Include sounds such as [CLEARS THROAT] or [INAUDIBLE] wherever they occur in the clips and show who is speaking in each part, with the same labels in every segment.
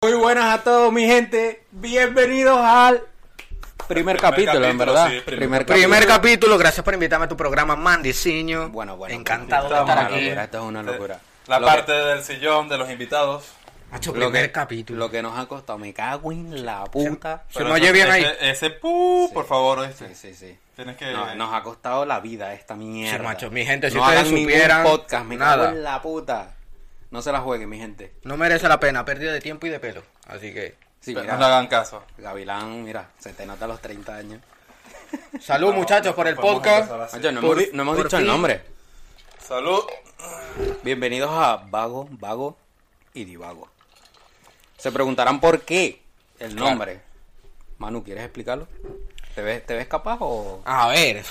Speaker 1: buenas a todos, mi gente. Bienvenidos al primer, capítulo, en
Speaker 2: capítulo,
Speaker 1: verdad.
Speaker 2: sí, primer
Speaker 3: Primer capítulo, gracias por invitarme a tu programa Mandiciño.
Speaker 1: Bueno, bueno.
Speaker 3: Encantado de
Speaker 1: esto es una
Speaker 3: estar aquí.
Speaker 1: locura, esto es una locura.
Speaker 2: Eh, La
Speaker 1: Lo que-
Speaker 2: parte del sillón, de los invitados.
Speaker 3: Macho,
Speaker 1: lo
Speaker 3: primer
Speaker 1: que-
Speaker 3: capítulo.
Speaker 1: Lo que nos ha costado, me cago en la puta.
Speaker 3: Se me oye bien
Speaker 2: ese,
Speaker 3: ahí.
Speaker 2: Ese pu, por favor, este.
Speaker 1: Sí, sí, sí.
Speaker 2: Tienes que.
Speaker 1: No, nos ha costado la vida esta mierda.
Speaker 3: Sí, macho, mi gente, si
Speaker 1: No
Speaker 3: ustedes
Speaker 1: hagan ningún
Speaker 3: supieran,
Speaker 1: podcast, me
Speaker 3: nada.
Speaker 1: cago en la puta. No se la jueguen, mi gente.
Speaker 3: No merece la pena, pérdida de tiempo y de pelo. Así que,
Speaker 1: Sí,
Speaker 2: Pero
Speaker 1: mira,
Speaker 2: no le hagan caso.
Speaker 1: Gavilán, mira, se te nota los 30 años.
Speaker 3: salud muchachos por el
Speaker 2: Podemos
Speaker 3: podcast.
Speaker 2: empezar así.
Speaker 1: Macho, no
Speaker 3: Por-
Speaker 1: hemos, di- no hemos
Speaker 3: por
Speaker 1: dicho el
Speaker 3: fin.
Speaker 1: nombre.
Speaker 2: Salud.
Speaker 1: Bienvenidos a Vago, Vago y Divago. Se preguntarán por qué el
Speaker 3: Claro.
Speaker 1: nombre. Manu, ¿quieres explicarlo? ¿Te ves, ¿Te ves capaz o...?
Speaker 3: A ver,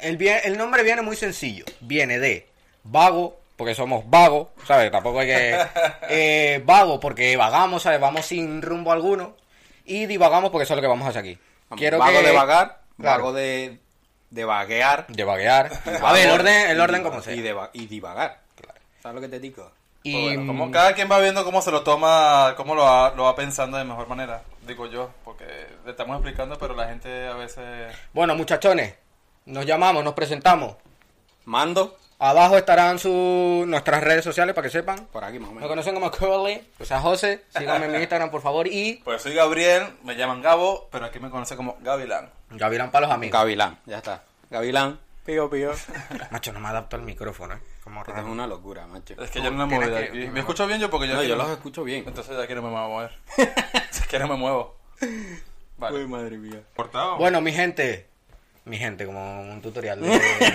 Speaker 3: el, vie- el nombre viene muy sencillo. Viene de vago, porque somos vagos, ¿sabes? Tampoco hay que...
Speaker 1: [LAUGHS]
Speaker 3: eh, vago, porque vagamos, ¿sabes? Vamos sin rumbo alguno. Y divagamos, porque eso es lo que vamos a hacer aquí. Quiero
Speaker 1: vago
Speaker 3: que-
Speaker 1: de vagar,
Speaker 3: Claro.
Speaker 1: vago de, de vaguear.
Speaker 3: De vaguear. A
Speaker 1: vago
Speaker 3: ver, el orden, el
Speaker 1: y
Speaker 3: orden
Speaker 1: diva-
Speaker 3: como
Speaker 1: Y,
Speaker 3: sea.
Speaker 1: de va- y divagar. ¿Sabes lo que te digo?
Speaker 3: Y...
Speaker 2: Pues
Speaker 1: mm.
Speaker 2: bueno, como cada quien va viendo cómo se lo toma, cómo lo va, lo va pensando de mejor manera. Digo yo, porque le estamos explicando, pero la gente a veces.
Speaker 3: Bueno, muchachones, nos llamamos, nos presentamos.
Speaker 1: Mando,
Speaker 3: Abajo estarán su- nuestras redes sociales para que sepan.
Speaker 1: por aquí más o
Speaker 3: Me
Speaker 1: menos.
Speaker 3: conocen como Curly, o sea, José. Síganme en mi Instagram, por favor. Y
Speaker 2: Pues soy Gabriel, me llaman Gabo, pero aquí me conoce como Gavilán.
Speaker 3: Gavilán para los amigos.
Speaker 1: Gavilán, ya está. Gavilán, pío, pío. Esto
Speaker 3: Macho, no me adapto al micrófono, ¿eh? Como
Speaker 1: es
Speaker 3: raro.
Speaker 1: una locura, macho.
Speaker 2: Es que yo no me
Speaker 3: Tienes
Speaker 2: muevo de
Speaker 3: que-
Speaker 2: aquí. ¿Me escucho bien yo? Porque yo,
Speaker 1: No,
Speaker 2: aquí
Speaker 1: yo
Speaker 2: no-
Speaker 1: los escucho bien.
Speaker 2: Entonces ya que no me voy a mover. [LAUGHS] es que no me muevo. Vale.
Speaker 1: Uy, madre mía.
Speaker 2: Cortado.
Speaker 3: Bueno, mi gente, mi gente, como un tutorial.
Speaker 1: [LAUGHS]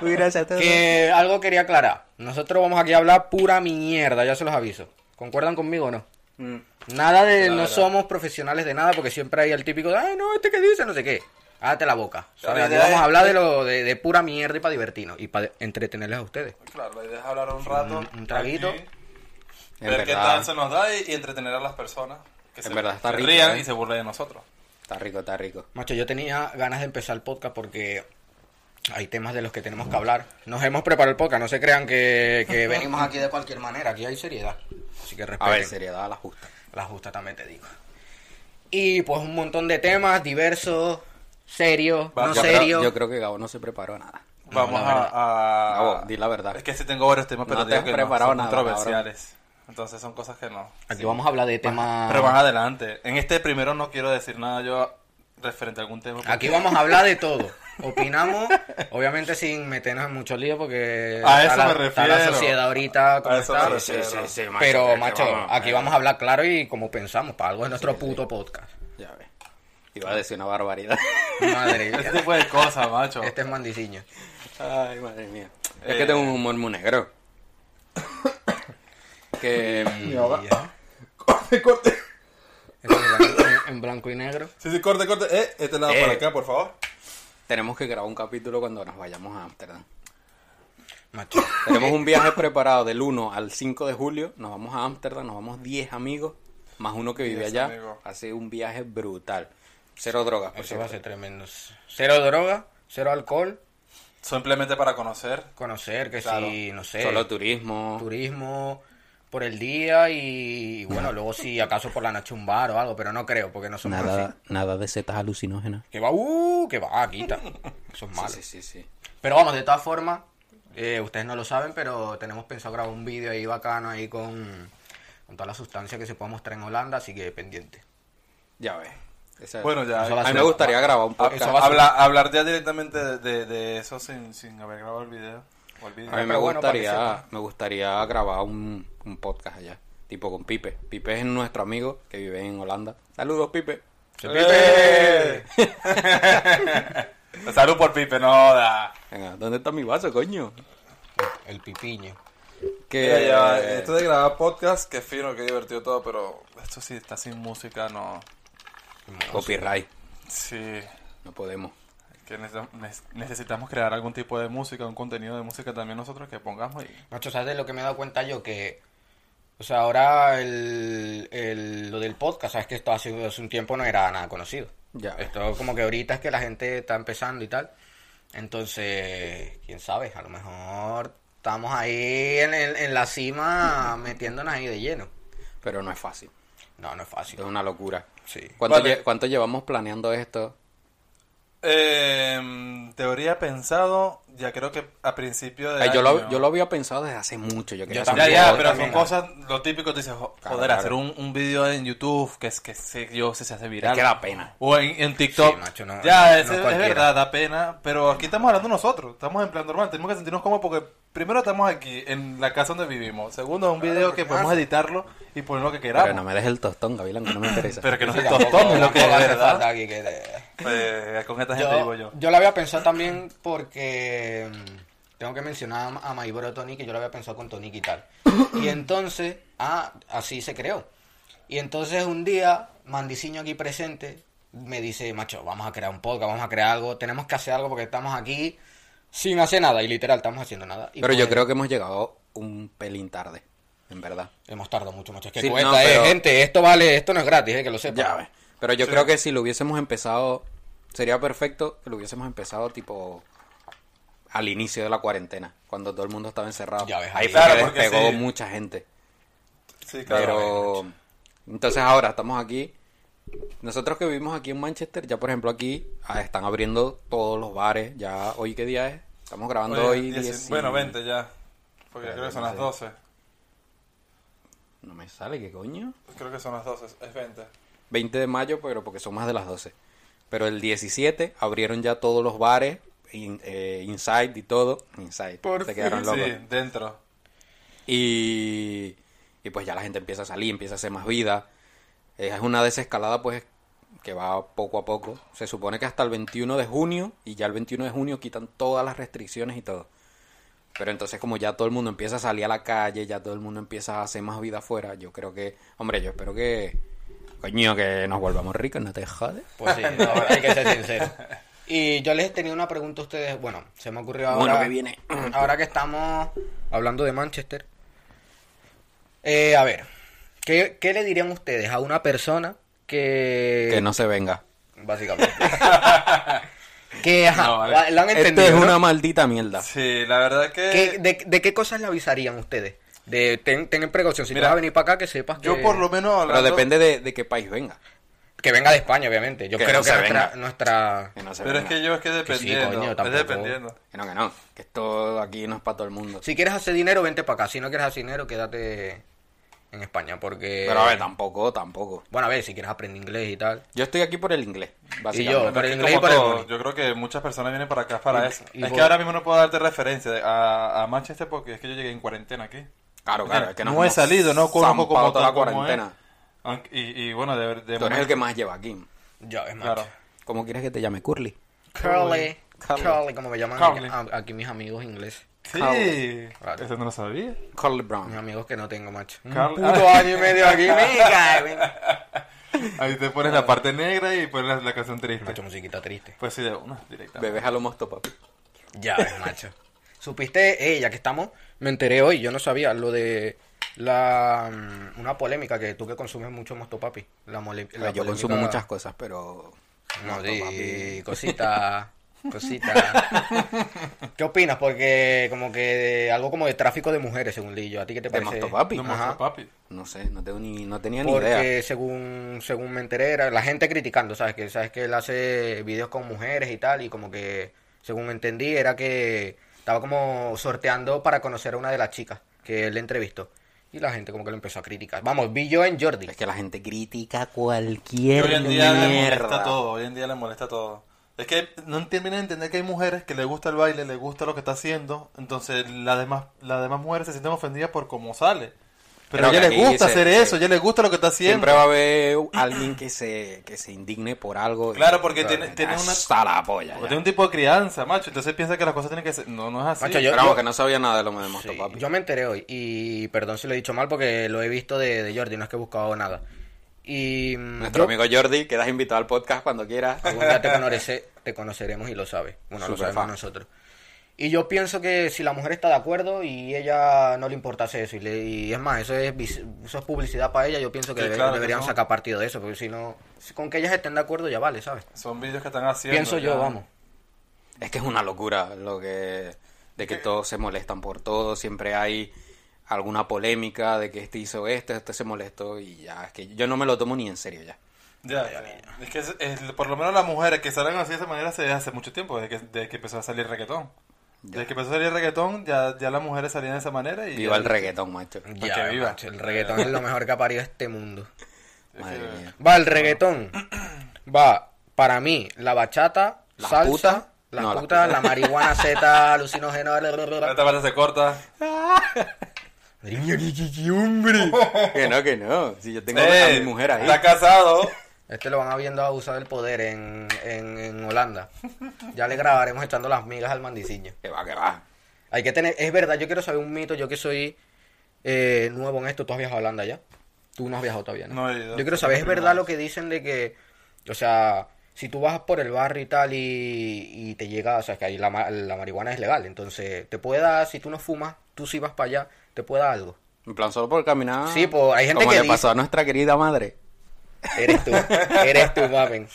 Speaker 1: Uy, gracias a todos.
Speaker 3: que algo quería aclarar. Nosotros vamos aquí a hablar pura mierda, ya se los aviso. ¿Concuerdan conmigo o no?
Speaker 1: Mm.
Speaker 3: Nada
Speaker 2: La
Speaker 3: de no
Speaker 2: verdad.
Speaker 3: somos profesionales de nada porque siempre hay el típico de, ay, no, este que dice, no sé qué. Hágate la boca. ¿sabes?
Speaker 2: La
Speaker 3: Aquí
Speaker 2: idea
Speaker 3: vamos
Speaker 2: es-
Speaker 3: a hablar de, lo, de, de pura mierda y para divertirnos y para entretenerles a ustedes.
Speaker 2: Claro, la idea es hablar un rato.
Speaker 3: Un- un traguito.
Speaker 2: aquí,
Speaker 1: En
Speaker 2: ver qué
Speaker 1: verdad.
Speaker 2: tal se nos da y, y entretener a las personas. Que
Speaker 1: En
Speaker 2: se,
Speaker 1: verdad está
Speaker 2: se
Speaker 1: rico,
Speaker 2: rían
Speaker 1: ¿eh?
Speaker 2: y se burlen de nosotros.
Speaker 1: Está rico, está rico.
Speaker 3: Macho, yo tenía ganas de empezar el podcast porque hay temas de los que tenemos que hablar. Nos hemos preparado el podcast, no se crean que,
Speaker 1: [LAUGHS]
Speaker 3: que venimos aquí de cualquier manera, aquí hay seriedad. Así que
Speaker 1: A
Speaker 3: respeten.
Speaker 1: ver, seriedad a la justa.
Speaker 3: La justa también te digo. Y pues un montón de temas diversos, serios,
Speaker 2: Va,
Speaker 3: no
Speaker 1: yo,
Speaker 3: serios.
Speaker 1: Creo, yo creo que Gabo no se preparó a nada.
Speaker 2: Vamos
Speaker 3: la verdad.
Speaker 2: a. a-
Speaker 1: Gabo, di la verdad.
Speaker 2: Es que sí tengo varios temas, pero
Speaker 1: No te
Speaker 2: digo
Speaker 1: has
Speaker 2: que
Speaker 1: preparado
Speaker 2: son
Speaker 1: nada,
Speaker 2: controversiales. Entonces son cosas que no.
Speaker 3: Aquí vamos a hablar de
Speaker 1: Ah.
Speaker 3: temas...
Speaker 2: Pero más adelante. En este primero no quiero decir nada yo referente a algún tema. porque-
Speaker 3: Aquí vamos a hablar de todo. Opinamos, obviamente sin meternos en mucho lío porque
Speaker 2: A
Speaker 3: está
Speaker 2: eso
Speaker 3: la,
Speaker 2: me
Speaker 3: está la
Speaker 2: refiero.
Speaker 3: sociedad ahorita como
Speaker 2: A eso
Speaker 3: está.
Speaker 2: me refiero. Sí, sí,
Speaker 3: Pero macho,
Speaker 2: eh.
Speaker 3: aquí vamos a hablar claro y como pensamos, para algo es nuestro puto podcast.
Speaker 1: Ya ves. Iba a decir una barbaridad.
Speaker 3: Madre
Speaker 2: [LAUGHS] Este
Speaker 3: mía.
Speaker 2: tipo de cosas, macho.
Speaker 3: Este es mandiciño.
Speaker 1: Ay, madre mía. Es
Speaker 2: Eh.
Speaker 1: que tengo un humor muy negro. que. mm,
Speaker 3: Y ya.
Speaker 2: Corte, corte.
Speaker 3: Eso es en blanco- en blanco y negro.
Speaker 2: Sí, sí, corte, corte. Eh, este lado
Speaker 1: Eh.
Speaker 2: para acá, por favor.
Speaker 1: Tenemos que grabar un capítulo cuando nos vayamos a Ámsterdam.
Speaker 3: Macho.
Speaker 1: Tenemos un viaje preparado del 1 al 5 de julio. Nos vamos a Ámsterdam, nos vamos 10 amigos, más uno que vive
Speaker 2: 10
Speaker 1: allá.
Speaker 2: amigos.
Speaker 1: Hace un viaje brutal. Cero drogas, por
Speaker 3: Eso va a
Speaker 1: cierto.
Speaker 3: ser tremendo. Cero droga, cero alcohol,
Speaker 2: Simplemente para conocer.
Speaker 3: conocer, que
Speaker 2: Claro.
Speaker 3: si, no sé,
Speaker 1: Solo turismo.
Speaker 3: turismo por el día y, y bueno, luego si acaso por la noche un bar o algo, pero no creo porque no somos así.
Speaker 1: Nada, nada de setas alucinógenas.
Speaker 3: Que va, uh, que va, quita. Eso es malo.
Speaker 1: Sí, sí, sí. sí.
Speaker 3: Pero vamos, de todas formas, eh, ustedes no lo saben, pero tenemos pensado grabar un vídeo ahí bacano ahí con, con toda la sustancia que se pueda mostrar en Holanda, así que pendiente.
Speaker 1: Ya ves. Esa-
Speaker 2: Bueno, ya.
Speaker 3: Eso va
Speaker 1: Eh, A mí
Speaker 3: ser-
Speaker 1: me gustaría grabar un podcast.
Speaker 3: Eso va a ser-
Speaker 2: Habla- hablar ya directamente de, de- de eso sin, sin haber grabado el video. o el vídeo.
Speaker 1: A mí me
Speaker 3: Pero bueno, para que
Speaker 1: gustaría,
Speaker 3: sepa.
Speaker 1: me gustaría grabar un, un podcast allá, tipo con Pipe. Pipe es nuestro amigo que vive en Holanda. Saludos, Pipe.
Speaker 3: Se
Speaker 2: ¡Eh! [LAUGHS] Salud por Pipe, no da.
Speaker 1: Venga, ¿dónde está mi vaso, coño?
Speaker 3: El pipiño.
Speaker 1: Que
Speaker 2: Ya, ya,
Speaker 1: eh.
Speaker 2: esto de grabar podcast, qué fino, qué divertido todo, pero esto sí está sin música, no.
Speaker 1: copyright.
Speaker 2: Sí.
Speaker 1: No podemos.
Speaker 2: Que nece- ne- necesitamos crear algún tipo de música, un contenido de música también nosotros que pongamos y.
Speaker 3: Macho, ¿sabes de lo que me he dado cuenta yo? Que, o sea, ahora el, el- lo del podcast, ¿sabes? Que esto hace, hace un tiempo no era nada conocido.
Speaker 1: Ya.
Speaker 3: Esto como que ahorita es que la gente está empezando y tal. Entonces, quién sabe, a lo mejor estamos ahí en, en- en la cima metiéndonos ahí de lleno.
Speaker 1: Pero no es fácil.
Speaker 3: No, no es fácil.
Speaker 1: Es una locura.
Speaker 3: Sí.
Speaker 1: ¿Cuánto,
Speaker 2: Vale.
Speaker 1: lle- cuánto llevamos planeando esto?
Speaker 2: Eh, teoría pensado, ya creo que a principio de.
Speaker 1: Eh, yo, lo, yo lo había pensado desde hace mucho. Yo quería
Speaker 3: Yo
Speaker 1: hacer un
Speaker 2: Ya,
Speaker 3: también,
Speaker 1: video
Speaker 2: ya,
Speaker 1: de
Speaker 2: pero
Speaker 1: esto.
Speaker 2: son cosas, lo típico, tú dices, jo- joder,
Speaker 1: Claro,
Speaker 2: hacer
Speaker 1: claro.
Speaker 2: un, un video en YouTube que es que se, yo, se hace
Speaker 1: Es
Speaker 2: viral.
Speaker 1: que da pena.
Speaker 2: O en, en TikTok.
Speaker 3: Sí, macho, no-
Speaker 2: ya,
Speaker 3: no
Speaker 2: es, es
Speaker 3: cualquiera.
Speaker 2: verdad, da pena. Pero aquí estamos hablando nosotros. Estamos en plan normal. Tenemos que sentirnos cómodos porque primero estamos aquí, en la casa donde vivimos. Segundo, es un video que podemos editarlo y poner lo que queramos.
Speaker 1: Pero no me dejes el tostón, Gavilán, que no me interesa.
Speaker 2: Pero que no
Speaker 3: Sí,
Speaker 2: se
Speaker 3: tampoco-
Speaker 2: tostones lo que es
Speaker 3: tampoco hace falta
Speaker 2: verdad.
Speaker 3: aquí que te-
Speaker 2: Eh, con esta gente
Speaker 3: Yo,
Speaker 2: vivo yo.
Speaker 3: yo lo había pensado también porque mm, tengo que mencionar a My Bro Tony, que yo lo había pensado con Tony y
Speaker 1: [COUGHS]
Speaker 3: tal. Y entonces, ah, así se creó. Y entonces un día, Mandiciño aquí presente me dice, macho, vamos a crear un podcast, vamos a crear algo, tenemos que hacer algo porque estamos aquí sin hacer nada. Y literal, estamos haciendo nada. Y
Speaker 1: Pero yo
Speaker 3: pues,
Speaker 1: creo que hemos llegado un pelín tarde, en verdad.
Speaker 3: Hemos tardado mucho, macho. Es que
Speaker 1: Sí,
Speaker 3: cuesta,
Speaker 1: no,
Speaker 3: eh,
Speaker 1: pero-
Speaker 3: gente. Esto vale, esto no es gratis, eh, que lo sepa.
Speaker 1: Ya ves. Pero yo
Speaker 2: Sí.
Speaker 1: creo que si lo hubiésemos empezado, sería perfecto que lo hubiésemos empezado tipo al inicio de la cuarentena, cuando todo el mundo estaba encerrado.
Speaker 3: Ya ves, ahí.
Speaker 1: ahí fue que
Speaker 2: Claro, porque
Speaker 1: despegó
Speaker 2: sí.
Speaker 1: mucha gente.
Speaker 2: Sí, claro.
Speaker 1: Pero entonces ahora estamos aquí. Nosotros que vivimos aquí en Manchester, ya por ejemplo aquí ah, están abriendo todos los bares. Ya hoy qué día es? Estamos grabando
Speaker 2: Oye,
Speaker 1: hoy.
Speaker 2: dieci-
Speaker 1: 10.
Speaker 2: Bueno, 20 ya. Porque
Speaker 1: Espérate,
Speaker 2: creo que son
Speaker 1: no
Speaker 2: las
Speaker 1: sé.
Speaker 2: 12.
Speaker 1: No me sale, ¿qué coño?
Speaker 2: Creo que son las 12. Es 20.
Speaker 1: 20 de mayo, pero porque son más de las 12. Pero el 17 abrieron ya todos los bares, in- eh, Inside y todo. Inside.
Speaker 3: Por
Speaker 1: se quedaron
Speaker 2: Sí,
Speaker 1: locos.
Speaker 2: dentro.
Speaker 1: Y, y pues ya la gente empieza a salir, empieza a hacer más vida. Eh, Es una desescalada pues que va poco a poco. Se supone que hasta el 21 de junio y ya el 21 de junio quitan todas las restricciones y todo. Pero entonces como ya todo el mundo empieza a salir a la calle, ya todo el mundo empieza a hacer más vida afuera, yo creo que, hombre, yo espero que... Coño, que nos volvamos ricos, no te jodes.
Speaker 3: Pues
Speaker 1: [LAUGHS]
Speaker 3: sí, no, hay que ser sincero. Y yo les tenía una pregunta a ustedes. Bueno, se me ocurrió ahora.
Speaker 1: Bueno, que viene.
Speaker 3: [CLEARS THROAT] Ahora que estamos hablando de Manchester. Eh, a ver, ¿qué, qué le dirían ustedes a una persona
Speaker 2: Eh,
Speaker 3: que.
Speaker 1: Que no se venga. [LAUGHS]
Speaker 3: Básicamente. que, ajá,
Speaker 2: No, vale.
Speaker 3: la- la han
Speaker 1: Esto
Speaker 3: entendido.
Speaker 1: es
Speaker 3: ¿no?
Speaker 1: una maldita mierda.
Speaker 2: Sí, la verdad que.
Speaker 3: ¿Qué- de, de qué cosas le avisarían ustedes? De, ten, tengan precaución. Si te
Speaker 2: Mira,
Speaker 3: vas a venir para acá, que sepas que.
Speaker 2: Yo por lo menos
Speaker 1: Pero
Speaker 2: hablando-
Speaker 1: depende de, de qué país venga.
Speaker 3: Que venga de España, obviamente. Yo
Speaker 1: Que
Speaker 3: creo
Speaker 1: no
Speaker 3: que
Speaker 1: se
Speaker 3: nuestra,
Speaker 1: venga.
Speaker 3: nuestra.
Speaker 1: Que no se
Speaker 2: Pero es
Speaker 1: venga.
Speaker 2: que yo es que dependiendo.
Speaker 3: coño,
Speaker 2: es
Speaker 3: tampoco.
Speaker 2: dependiendo.
Speaker 1: Que no, que no. Que esto aquí no es para todo el mundo.
Speaker 3: Si quieres hacer dinero, vente para acá. Si no quieres hacer dinero, quédate en España. Porque.
Speaker 1: Pero a ver, tampoco, tampoco.
Speaker 3: Bueno, a ver, si quieres aprender inglés y tal.
Speaker 1: Yo estoy aquí por el inglés, básicamente.
Speaker 3: Y yo, por el
Speaker 2: Es
Speaker 3: inglés y
Speaker 2: como
Speaker 3: por el
Speaker 2: todo,
Speaker 3: money.
Speaker 2: Yo creo que muchas personas vienen para acá para
Speaker 3: Y-
Speaker 2: eso.
Speaker 3: y
Speaker 2: es
Speaker 3: por-
Speaker 2: que ahora mismo no puedo darte referencia de- a, a Manchester porque es que yo llegué en cuarentena aquí.
Speaker 1: Claro, claro. Es que nos
Speaker 2: no he
Speaker 1: hemos
Speaker 2: salido, no conozco
Speaker 1: zampado
Speaker 2: como
Speaker 1: toda la
Speaker 2: tal cómo es.
Speaker 1: cuarentena.
Speaker 2: Aunque- Y, y bueno, de, de
Speaker 1: Tú eres el
Speaker 2: momento-
Speaker 1: que más lleva aquí.
Speaker 3: Ya, es más.
Speaker 2: Claro.
Speaker 1: ¿Cómo quieres que te llame? Curly.
Speaker 3: Curly.
Speaker 1: Curly.
Speaker 3: Curly, como me llaman
Speaker 2: Curly.
Speaker 3: a- aquí mis amigos ingleses.
Speaker 2: Sí.
Speaker 3: Claro.
Speaker 2: Eso no lo sabía.
Speaker 1: Curly
Speaker 3: Mis
Speaker 1: Brown.
Speaker 3: amigos que no tengo, macho. Un
Speaker 1: [LAUGHS]
Speaker 2: Curly.
Speaker 3: puto año y medio aquí, me cago en-
Speaker 2: Ahí te pones la parte negra y pones la, la canción triste.
Speaker 3: Macho, musiquita triste.
Speaker 2: Pues sí, de una, directamente.
Speaker 1: Bebés a lo mosto, papi.
Speaker 3: Ya, ves, macho. Supiste, eh, ya que estamos, me enteré hoy, yo no sabía, lo de la mm, una polémica que tú que consumes mucho Mosto Papi. La mole- la
Speaker 1: yo
Speaker 3: polémica-
Speaker 1: consumo muchas cosas, pero...
Speaker 3: No,
Speaker 1: Mosto, papi.
Speaker 3: sí, cosita, cosita. [LAUGHS] ¿Qué opinas? Porque como que de- algo como de tráfico de mujeres, según leí yo. ¿A ti qué te
Speaker 1: ¿De
Speaker 3: parece?
Speaker 1: Mosto Papi?
Speaker 2: No
Speaker 1: Ajá.
Speaker 2: Monster papi.
Speaker 1: No sé, no, tengo ni, no tenía ni idea.
Speaker 3: Porque según, según me enteré, era la gente criticando, ¿sabes? Que sabes que él hace videos con mujeres y tal, y como que, según entendí, era que estaba como sorteando para conocer a una de las chicas que él le entrevistó. Y la gente como que lo empezó a criticar. Vamos, vi yo en Jordi.
Speaker 1: Es que la gente critica
Speaker 2: Que
Speaker 1: cualquier
Speaker 2: hoy en día le molesta
Speaker 1: mierda.
Speaker 2: todo, hoy en día le molesta todo. Es que no entienden de entender que hay mujeres que les gusta el baile, les gusta lo que está haciendo, entonces las demás, las demás mujeres se sienten ofendidas por cómo sale.
Speaker 1: Pero
Speaker 2: Pero a ella
Speaker 1: que
Speaker 2: le
Speaker 1: aquí
Speaker 2: gusta
Speaker 1: se-
Speaker 2: hacer
Speaker 1: se-
Speaker 2: eso, a ella le gusta lo que está haciendo.
Speaker 1: Siempre va a haber alguien que se, que se indigne por algo. y-
Speaker 2: Claro, porque tiene- tiene una-
Speaker 1: Hasta la polla.
Speaker 2: Porque
Speaker 1: ya.
Speaker 2: tiene un tipo de crianza, macho, entonces piensa que las cosas tienen que ser... No, no es así.
Speaker 3: Macho, yo-
Speaker 1: Pero vamos, que no sabía nada de lo de Mosto
Speaker 3: Sí,
Speaker 1: Papi.
Speaker 3: Yo me enteré hoy y perdón si lo he dicho mal porque lo he visto de, de Jordi, no es que he buscado nada. Y mm,
Speaker 1: Nuestro
Speaker 3: yo-
Speaker 1: amigo Jordi, quedas invitado al podcast cuando quieras.
Speaker 3: Algún día te, conoceré- te conoceremos y lo sabes. Bueno, lo
Speaker 1: Superfan.
Speaker 3: sabemos nosotros. Y yo pienso que si la mujer está de acuerdo y ella no le importase eso, y, le- y es más, eso es, vis- eso es publicidad para ella, yo pienso que
Speaker 2: Sí,
Speaker 3: debe-
Speaker 2: claro que
Speaker 3: deberían
Speaker 2: no.
Speaker 3: sacar partido de eso, porque si no, si con que ellas estén de acuerdo ya vale, ¿sabes?
Speaker 2: Son vídeos que están haciendo.
Speaker 3: pienso yo,
Speaker 2: ya.
Speaker 3: vamos.
Speaker 1: Es que es una locura lo que... De que todos se molestan por todo, siempre hay... alguna polémica de que este hizo esto, este se molestó y ya, es que yo no me lo tomo ni en serio ya.
Speaker 2: Ya, ya. Es que es- es- por lo menos las mujeres que salen así de esa manera se desde hace mucho tiempo, desde que, desde que empezó a salir reggaetón. Desde que empezó a salir reggaetón, ya, ya las mujeres salían de esa manera y...
Speaker 1: Viva
Speaker 2: ya-
Speaker 1: el reggaetón, macho.
Speaker 2: Para que viva.
Speaker 3: macho, el reggaetón es lo mejor que ha parido este mundo.
Speaker 1: Madre mía.
Speaker 3: Va, el reggaetón. Va, para mí, la bachata,
Speaker 1: Las
Speaker 3: salsa,
Speaker 1: putas.
Speaker 3: la
Speaker 1: No, las
Speaker 3: puta,
Speaker 1: putas.
Speaker 3: la marihuana [LAUGHS] Z, alucinógena. bla, bla, bla, bla.
Speaker 2: Esta parte se corta.
Speaker 3: Madre mía, qué- qué- qué hombre.
Speaker 1: Que no, que no. Si yo tengo a
Speaker 2: Eh,
Speaker 1: mi mujer ahí.
Speaker 2: Está casado.
Speaker 3: Este lo van a viendo a abusar del poder en, en, en Holanda. Ya le grabaremos echando las migas al mandiciño.
Speaker 1: Que va, que va.
Speaker 3: Hay que tener, es verdad, yo quiero saber un mito, yo que soy eh, nuevo en esto, tú has viajado a Holanda ya. Tú no has viajado todavía, ¿no?
Speaker 2: No he ido.
Speaker 3: yo quiero saber, es verdad lo que dicen de que, o sea, si tú vas por el barrio y tal y, y te llega, o sea, que ahí la, ma- la marihuana es legal, entonces te puede dar, si tú no fumas, tú si vas para allá, te puede dar algo.
Speaker 1: En plan, solo por caminar.
Speaker 3: Sí, pues, hay gente
Speaker 1: como
Speaker 3: que
Speaker 1: le
Speaker 3: dice-
Speaker 1: pasó a nuestra querida madre.
Speaker 2: [LAUGHS]
Speaker 3: Eres tú, eres tú, mamen.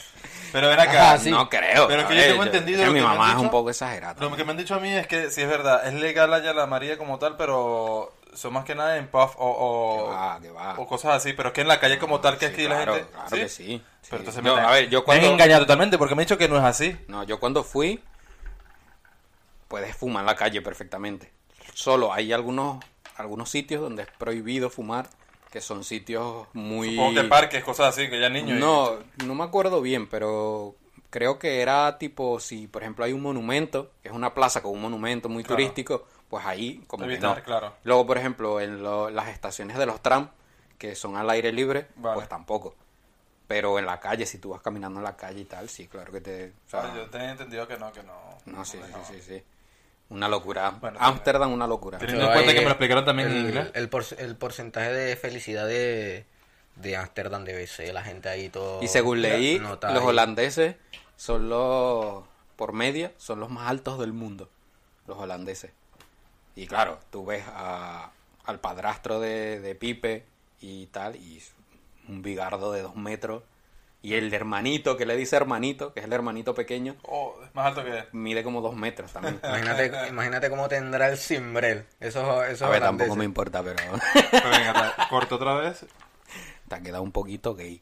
Speaker 2: Pero ven acá.
Speaker 3: Ajá, Ah, sí.
Speaker 1: No creo.
Speaker 2: Pero que yo
Speaker 1: ¿sabes?
Speaker 2: tengo entendido
Speaker 1: es que
Speaker 2: lo
Speaker 1: mi
Speaker 2: que me han
Speaker 1: mamá es
Speaker 2: dicho.
Speaker 1: un poco exagerada.
Speaker 2: Lo que
Speaker 1: también.
Speaker 2: me han dicho a mí es que, sí es verdad, es legal allá la María como tal, pero son más que nada en puff o, o,
Speaker 1: Que va, que va.
Speaker 2: o cosas así. Pero es que en la calle como tal, que
Speaker 1: Sí,
Speaker 2: es que
Speaker 1: claro,
Speaker 2: la gente.
Speaker 1: claro que sí. Sí.
Speaker 2: Pero entonces
Speaker 1: Yo,
Speaker 2: me,
Speaker 1: a ver, yo cuando-
Speaker 2: me han engañado totalmente porque me han dicho que no es así.
Speaker 1: No, yo cuando fui, puedes fumar en la calle perfectamente. Solo hay algunos, algunos sitios donde es prohibido fumar, que son sitios muy...
Speaker 2: Supongo que parques, cosas así, que ya niños. y-
Speaker 1: No, no me acuerdo bien, pero creo que era tipo, si por ejemplo hay un monumento, que es una plaza con un monumento muy
Speaker 2: Claro.
Speaker 1: turístico, pues ahí como que
Speaker 2: Evitar,
Speaker 1: no.
Speaker 2: claro.
Speaker 1: Luego, por ejemplo, en lo- las estaciones de los trams, que son al aire libre,
Speaker 2: Vale.
Speaker 1: pues tampoco. Pero en la calle, si tú vas caminando en la calle y tal, sí, claro que te... o sea,
Speaker 2: Ay, yo tenía entendido que no, que no.
Speaker 1: no, sí, sí,
Speaker 2: no.
Speaker 1: sí, sí. Una locura.
Speaker 2: Bueno,
Speaker 1: Ámsterdam, una locura.
Speaker 2: Pero- Teniendo en cuenta que me lo explicaron también en
Speaker 3: el,
Speaker 2: inglés.
Speaker 3: El, por- el porcentaje de felicidad de, de Ámsterdam debe ser, la gente ahí todo.
Speaker 1: Y según leí,
Speaker 3: nota
Speaker 1: los
Speaker 3: ahí.
Speaker 1: holandeses son los, por media, son los más altos del mundo. Los holandeses. Y claro, tú ves a- al padrastro de, de Pipe y tal, y un bigardo de dos metros. Y el hermanito, que le dice hermanito, que es el hermanito pequeño,
Speaker 2: Oh, es más alto que.
Speaker 1: mide como dos metros
Speaker 3: [LAUGHS]
Speaker 1: también.
Speaker 2: [LAUGHS]
Speaker 3: Imagínate, imagínate cómo tendrá el Simbrel. Eso, eso
Speaker 1: A ver, tampoco me importa, pero [LAUGHS]
Speaker 2: Pero venga, ta- corto otra vez.
Speaker 1: te ha quedado un poquito gay.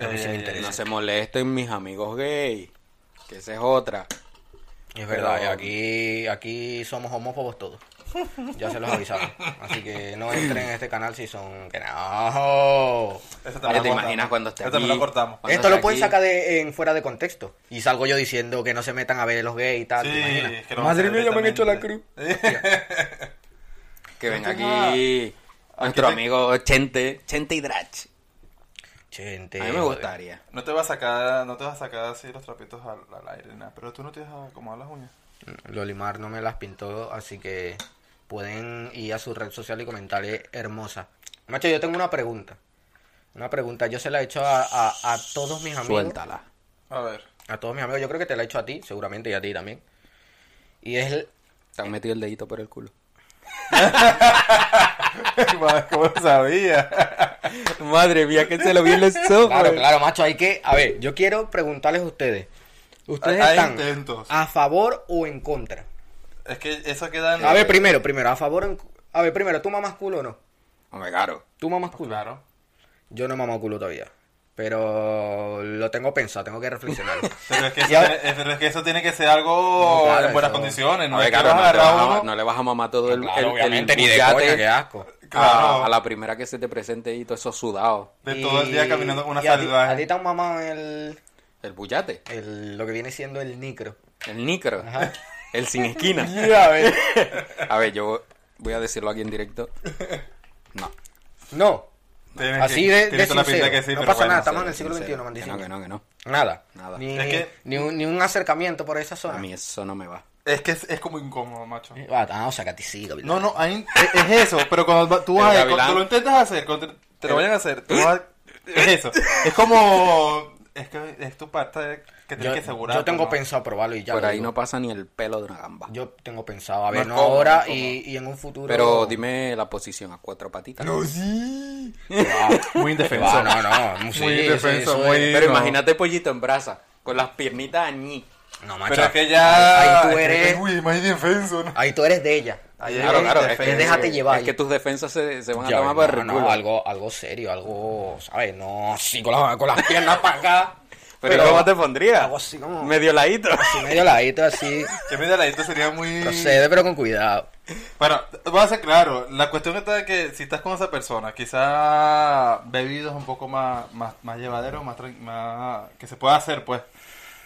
Speaker 3: A mí sí me
Speaker 2: Eh,
Speaker 3: interesa.
Speaker 1: No se molesten mis amigos gay. Que esa es otra.
Speaker 3: Es verdad,
Speaker 1: Pero-
Speaker 3: y aquí, aquí somos
Speaker 2: [LAUGHS]
Speaker 3: homófobos todos. Ya se los avisamos. Así que no entren en este canal si son. ¡Que no!
Speaker 1: Oye, ¿Te
Speaker 2: Esa también la cortamos.
Speaker 1: imaginas cuando esté
Speaker 2: Esa también
Speaker 1: aquí?
Speaker 2: la cortamos.
Speaker 1: Cuando
Speaker 3: Esto
Speaker 1: esté
Speaker 3: lo pueden
Speaker 1: aquí-
Speaker 3: sacar de, en fuera de contexto. Y salgo yo diciendo que no se metan a ver los gays y tal. Ah, ¿te
Speaker 2: Sí,
Speaker 3: imaginas?
Speaker 2: es que no
Speaker 3: Madre
Speaker 2: vamos a
Speaker 3: mía, ya me han hecho la cruz.
Speaker 2: directamente.
Speaker 1: Que venga aquí
Speaker 2: Ajá.
Speaker 1: nuestro
Speaker 2: te-
Speaker 1: amigo Chente, Chente y Drach.
Speaker 3: Gente,
Speaker 1: A mí me
Speaker 3: joder.
Speaker 1: gustaría.
Speaker 2: [LAUGHS] No te vas a sacar, no te vas a sacar así los trapitos al, al aire, nada. Pero tú no te vas a acomodar las uñas.
Speaker 3: Lolimar no me las pintó, así que pueden ir a su red social y comentarle hermosa. Macho, yo tengo una pregunta. Una pregunta, yo se la he hecho a, a- a todos mis amigos.
Speaker 1: Suéltala.
Speaker 2: A ver. [LAUGHS]
Speaker 3: A todos mis amigos, yo creo que te la he hecho a ti, seguramente, y a ti también. Y es el-
Speaker 1: Te han metido el dedito por el culo.
Speaker 2: ¿Cómo lo sabía?
Speaker 1: [LAUGHS] Madre mía, que se lo vi en los ojos.
Speaker 3: Claro, claro, macho, hay que... A ver, yo quiero preguntarles a ustedes. ¿Ustedes
Speaker 2: Hay
Speaker 3: están Ah.
Speaker 2: intentos.
Speaker 3: a favor o en contra?
Speaker 2: Es que eso queda en.
Speaker 3: A ver, primero, primero, a favor o en... A ver, primero, ¿tú mamas culo o no?
Speaker 1: Hombre, claro.
Speaker 3: ¿Tú mamas culo?
Speaker 2: Claro.
Speaker 3: Yo no he mamado culo todavía. Pero lo tengo pensado, tengo que reflexionar.
Speaker 2: Pero
Speaker 3: [LAUGHS]
Speaker 2: es que,
Speaker 3: Y
Speaker 2: eso,
Speaker 3: ahora-
Speaker 2: es- pero es que eso tiene que ser algo
Speaker 3: No, claro,
Speaker 2: en buenas
Speaker 3: eso-
Speaker 2: condiciones. No
Speaker 1: Hombre,
Speaker 2: es que
Speaker 1: claro,
Speaker 2: vas a
Speaker 1: no, te
Speaker 2: agarrar
Speaker 1: vas a-
Speaker 2: uno.
Speaker 1: no le vas a mamar
Speaker 2: Ah,
Speaker 1: todo el,
Speaker 3: Claro,
Speaker 1: el- el
Speaker 3: obviamente, ni de
Speaker 1: bullate
Speaker 3: coña, qué asco.
Speaker 1: a-
Speaker 2: Claro.
Speaker 1: a, la primera que se te presente y todo eso sudado.
Speaker 2: De todo el día caminando con una
Speaker 3: y a ti-
Speaker 2: salvaje.
Speaker 3: A ti te han mamado el,
Speaker 1: El bullate,
Speaker 3: el- lo que viene siendo el
Speaker 2: [LAUGHS]
Speaker 3: nicro.
Speaker 1: el níquero, el sin esquina. A ver, yo voy a decirlo aquí en directo. No,
Speaker 3: No,
Speaker 2: Tienes
Speaker 3: así
Speaker 2: que-
Speaker 3: de, de
Speaker 2: tienes toda la pinta
Speaker 3: sincero.
Speaker 2: que sí,
Speaker 3: no
Speaker 2: pero
Speaker 3: pasa
Speaker 2: bueno,
Speaker 1: Ah,
Speaker 2: sí.
Speaker 3: nada, estamos en el siglo XXI,
Speaker 1: sincero, que
Speaker 3: mandicino.
Speaker 1: no, que no, que no.
Speaker 3: Nada.
Speaker 1: Nada.
Speaker 3: Ni,
Speaker 2: Es que-
Speaker 3: ni, un, ni un acercamiento por esa
Speaker 1: A
Speaker 3: zona.
Speaker 1: mí eso no me va.
Speaker 2: Es que es, es como incómodo, macho.
Speaker 3: Ah, ah, o sea, que a ti sí, Gabriel.
Speaker 2: No, no, ahí- es, es eso. Pero cuando va- tú
Speaker 1: El
Speaker 2: vas a-
Speaker 1: gavilán.
Speaker 2: cuando lo intentas hacer, cuando te, te lo vayan a hacer, tú vas a- es eso. Es como. Es que es tu parte que tienes
Speaker 3: Yo,
Speaker 2: que asegurar. pues,
Speaker 3: yo tengo
Speaker 2: ¿no?
Speaker 3: pensado probarlo y ya
Speaker 1: Por
Speaker 3: lo
Speaker 1: ahí
Speaker 3: digo.
Speaker 1: no pasa ni el pelo de una gamba.
Speaker 3: Yo tengo pensado, a
Speaker 2: No
Speaker 3: ver,
Speaker 2: es
Speaker 3: no,
Speaker 2: cómodo, no
Speaker 3: ahora
Speaker 2: es
Speaker 3: y, y en un futuro...
Speaker 1: Pero dime la posición a cuatro patitas.
Speaker 2: Oh, sí. [LAUGHS]
Speaker 3: Muy indefenso. No, no, no. sí,
Speaker 2: Muy
Speaker 3: eso-
Speaker 2: indefenso,
Speaker 3: eso
Speaker 2: muy-
Speaker 3: es-
Speaker 1: Pero
Speaker 2: no.
Speaker 1: imagínate pollito en brasa, con las piernitas añí.
Speaker 3: No,
Speaker 2: Pero
Speaker 3: macho.
Speaker 2: es que ya.
Speaker 3: Ahí tú
Speaker 2: es que
Speaker 3: eres
Speaker 2: es uy, más indefenso, ¿no?
Speaker 3: Ahí tú eres de ella. Ahí
Speaker 2: Claro,
Speaker 3: eres
Speaker 2: claro,
Speaker 3: de-
Speaker 2: es que-
Speaker 3: de- déjate llevar.
Speaker 1: Es que tus defensas se, se van a
Speaker 3: Ya,
Speaker 1: tomar
Speaker 3: no,
Speaker 1: por el
Speaker 3: no,
Speaker 1: culo.
Speaker 3: algo, algo serio, algo, ¿sabes? No, así con, la- con las piernas para acá.
Speaker 1: [LAUGHS] Pero, ¿cómo te pondría?
Speaker 3: Algo así como-
Speaker 1: Medio ladito.
Speaker 3: Así medio ladito, así.
Speaker 2: Que mira, la gente sería muy...
Speaker 3: Procede, pero con cuidado.
Speaker 2: Bueno, va a ser claro. La cuestión está de que si estás con esa persona, quizá bebidos un poco más, más, más llevadero, más, tran- más- que se pueda hacer, pues.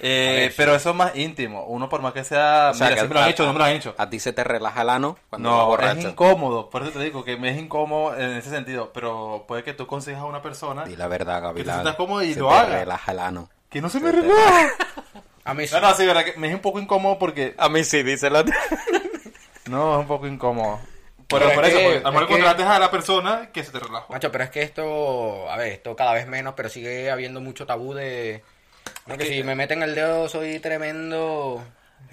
Speaker 2: Eh,
Speaker 1: A ver,
Speaker 2: pero eso es más íntimo. Uno por más que sea,
Speaker 1: O sea,
Speaker 2: mira,
Speaker 1: que
Speaker 2: siempre lo han
Speaker 1: a-
Speaker 2: hecho, no me lo han hecho.
Speaker 1: A ti se te relaja el ano cuando vas
Speaker 2: No, es
Speaker 1: borracho.
Speaker 2: incómodo. Por eso te digo que me es incómodo en ese sentido. Pero puede que tú consigas a una persona
Speaker 1: Di la verdad, Gavilán.
Speaker 2: sientas cómodo y
Speaker 1: se
Speaker 2: lo
Speaker 1: te
Speaker 2: hagas.
Speaker 1: relaja el ano.
Speaker 2: que no se me relaja.
Speaker 3: A mí sí.
Speaker 2: No, no, sí, verdad que me es un poco incómodo porque
Speaker 1: A mí sí, dice la
Speaker 2: no es un poco incómodo.
Speaker 3: Pero
Speaker 2: Pero
Speaker 3: es
Speaker 2: por eso,
Speaker 3: que-
Speaker 2: porque a lo
Speaker 3: es
Speaker 2: mejor
Speaker 3: que-
Speaker 2: contrates a la persona que se te relaja.
Speaker 3: Macho, pero es que esto, a ver, esto cada vez menos, pero sigue habiendo mucho tabú de... No, que si me meten el dedo soy tremendo...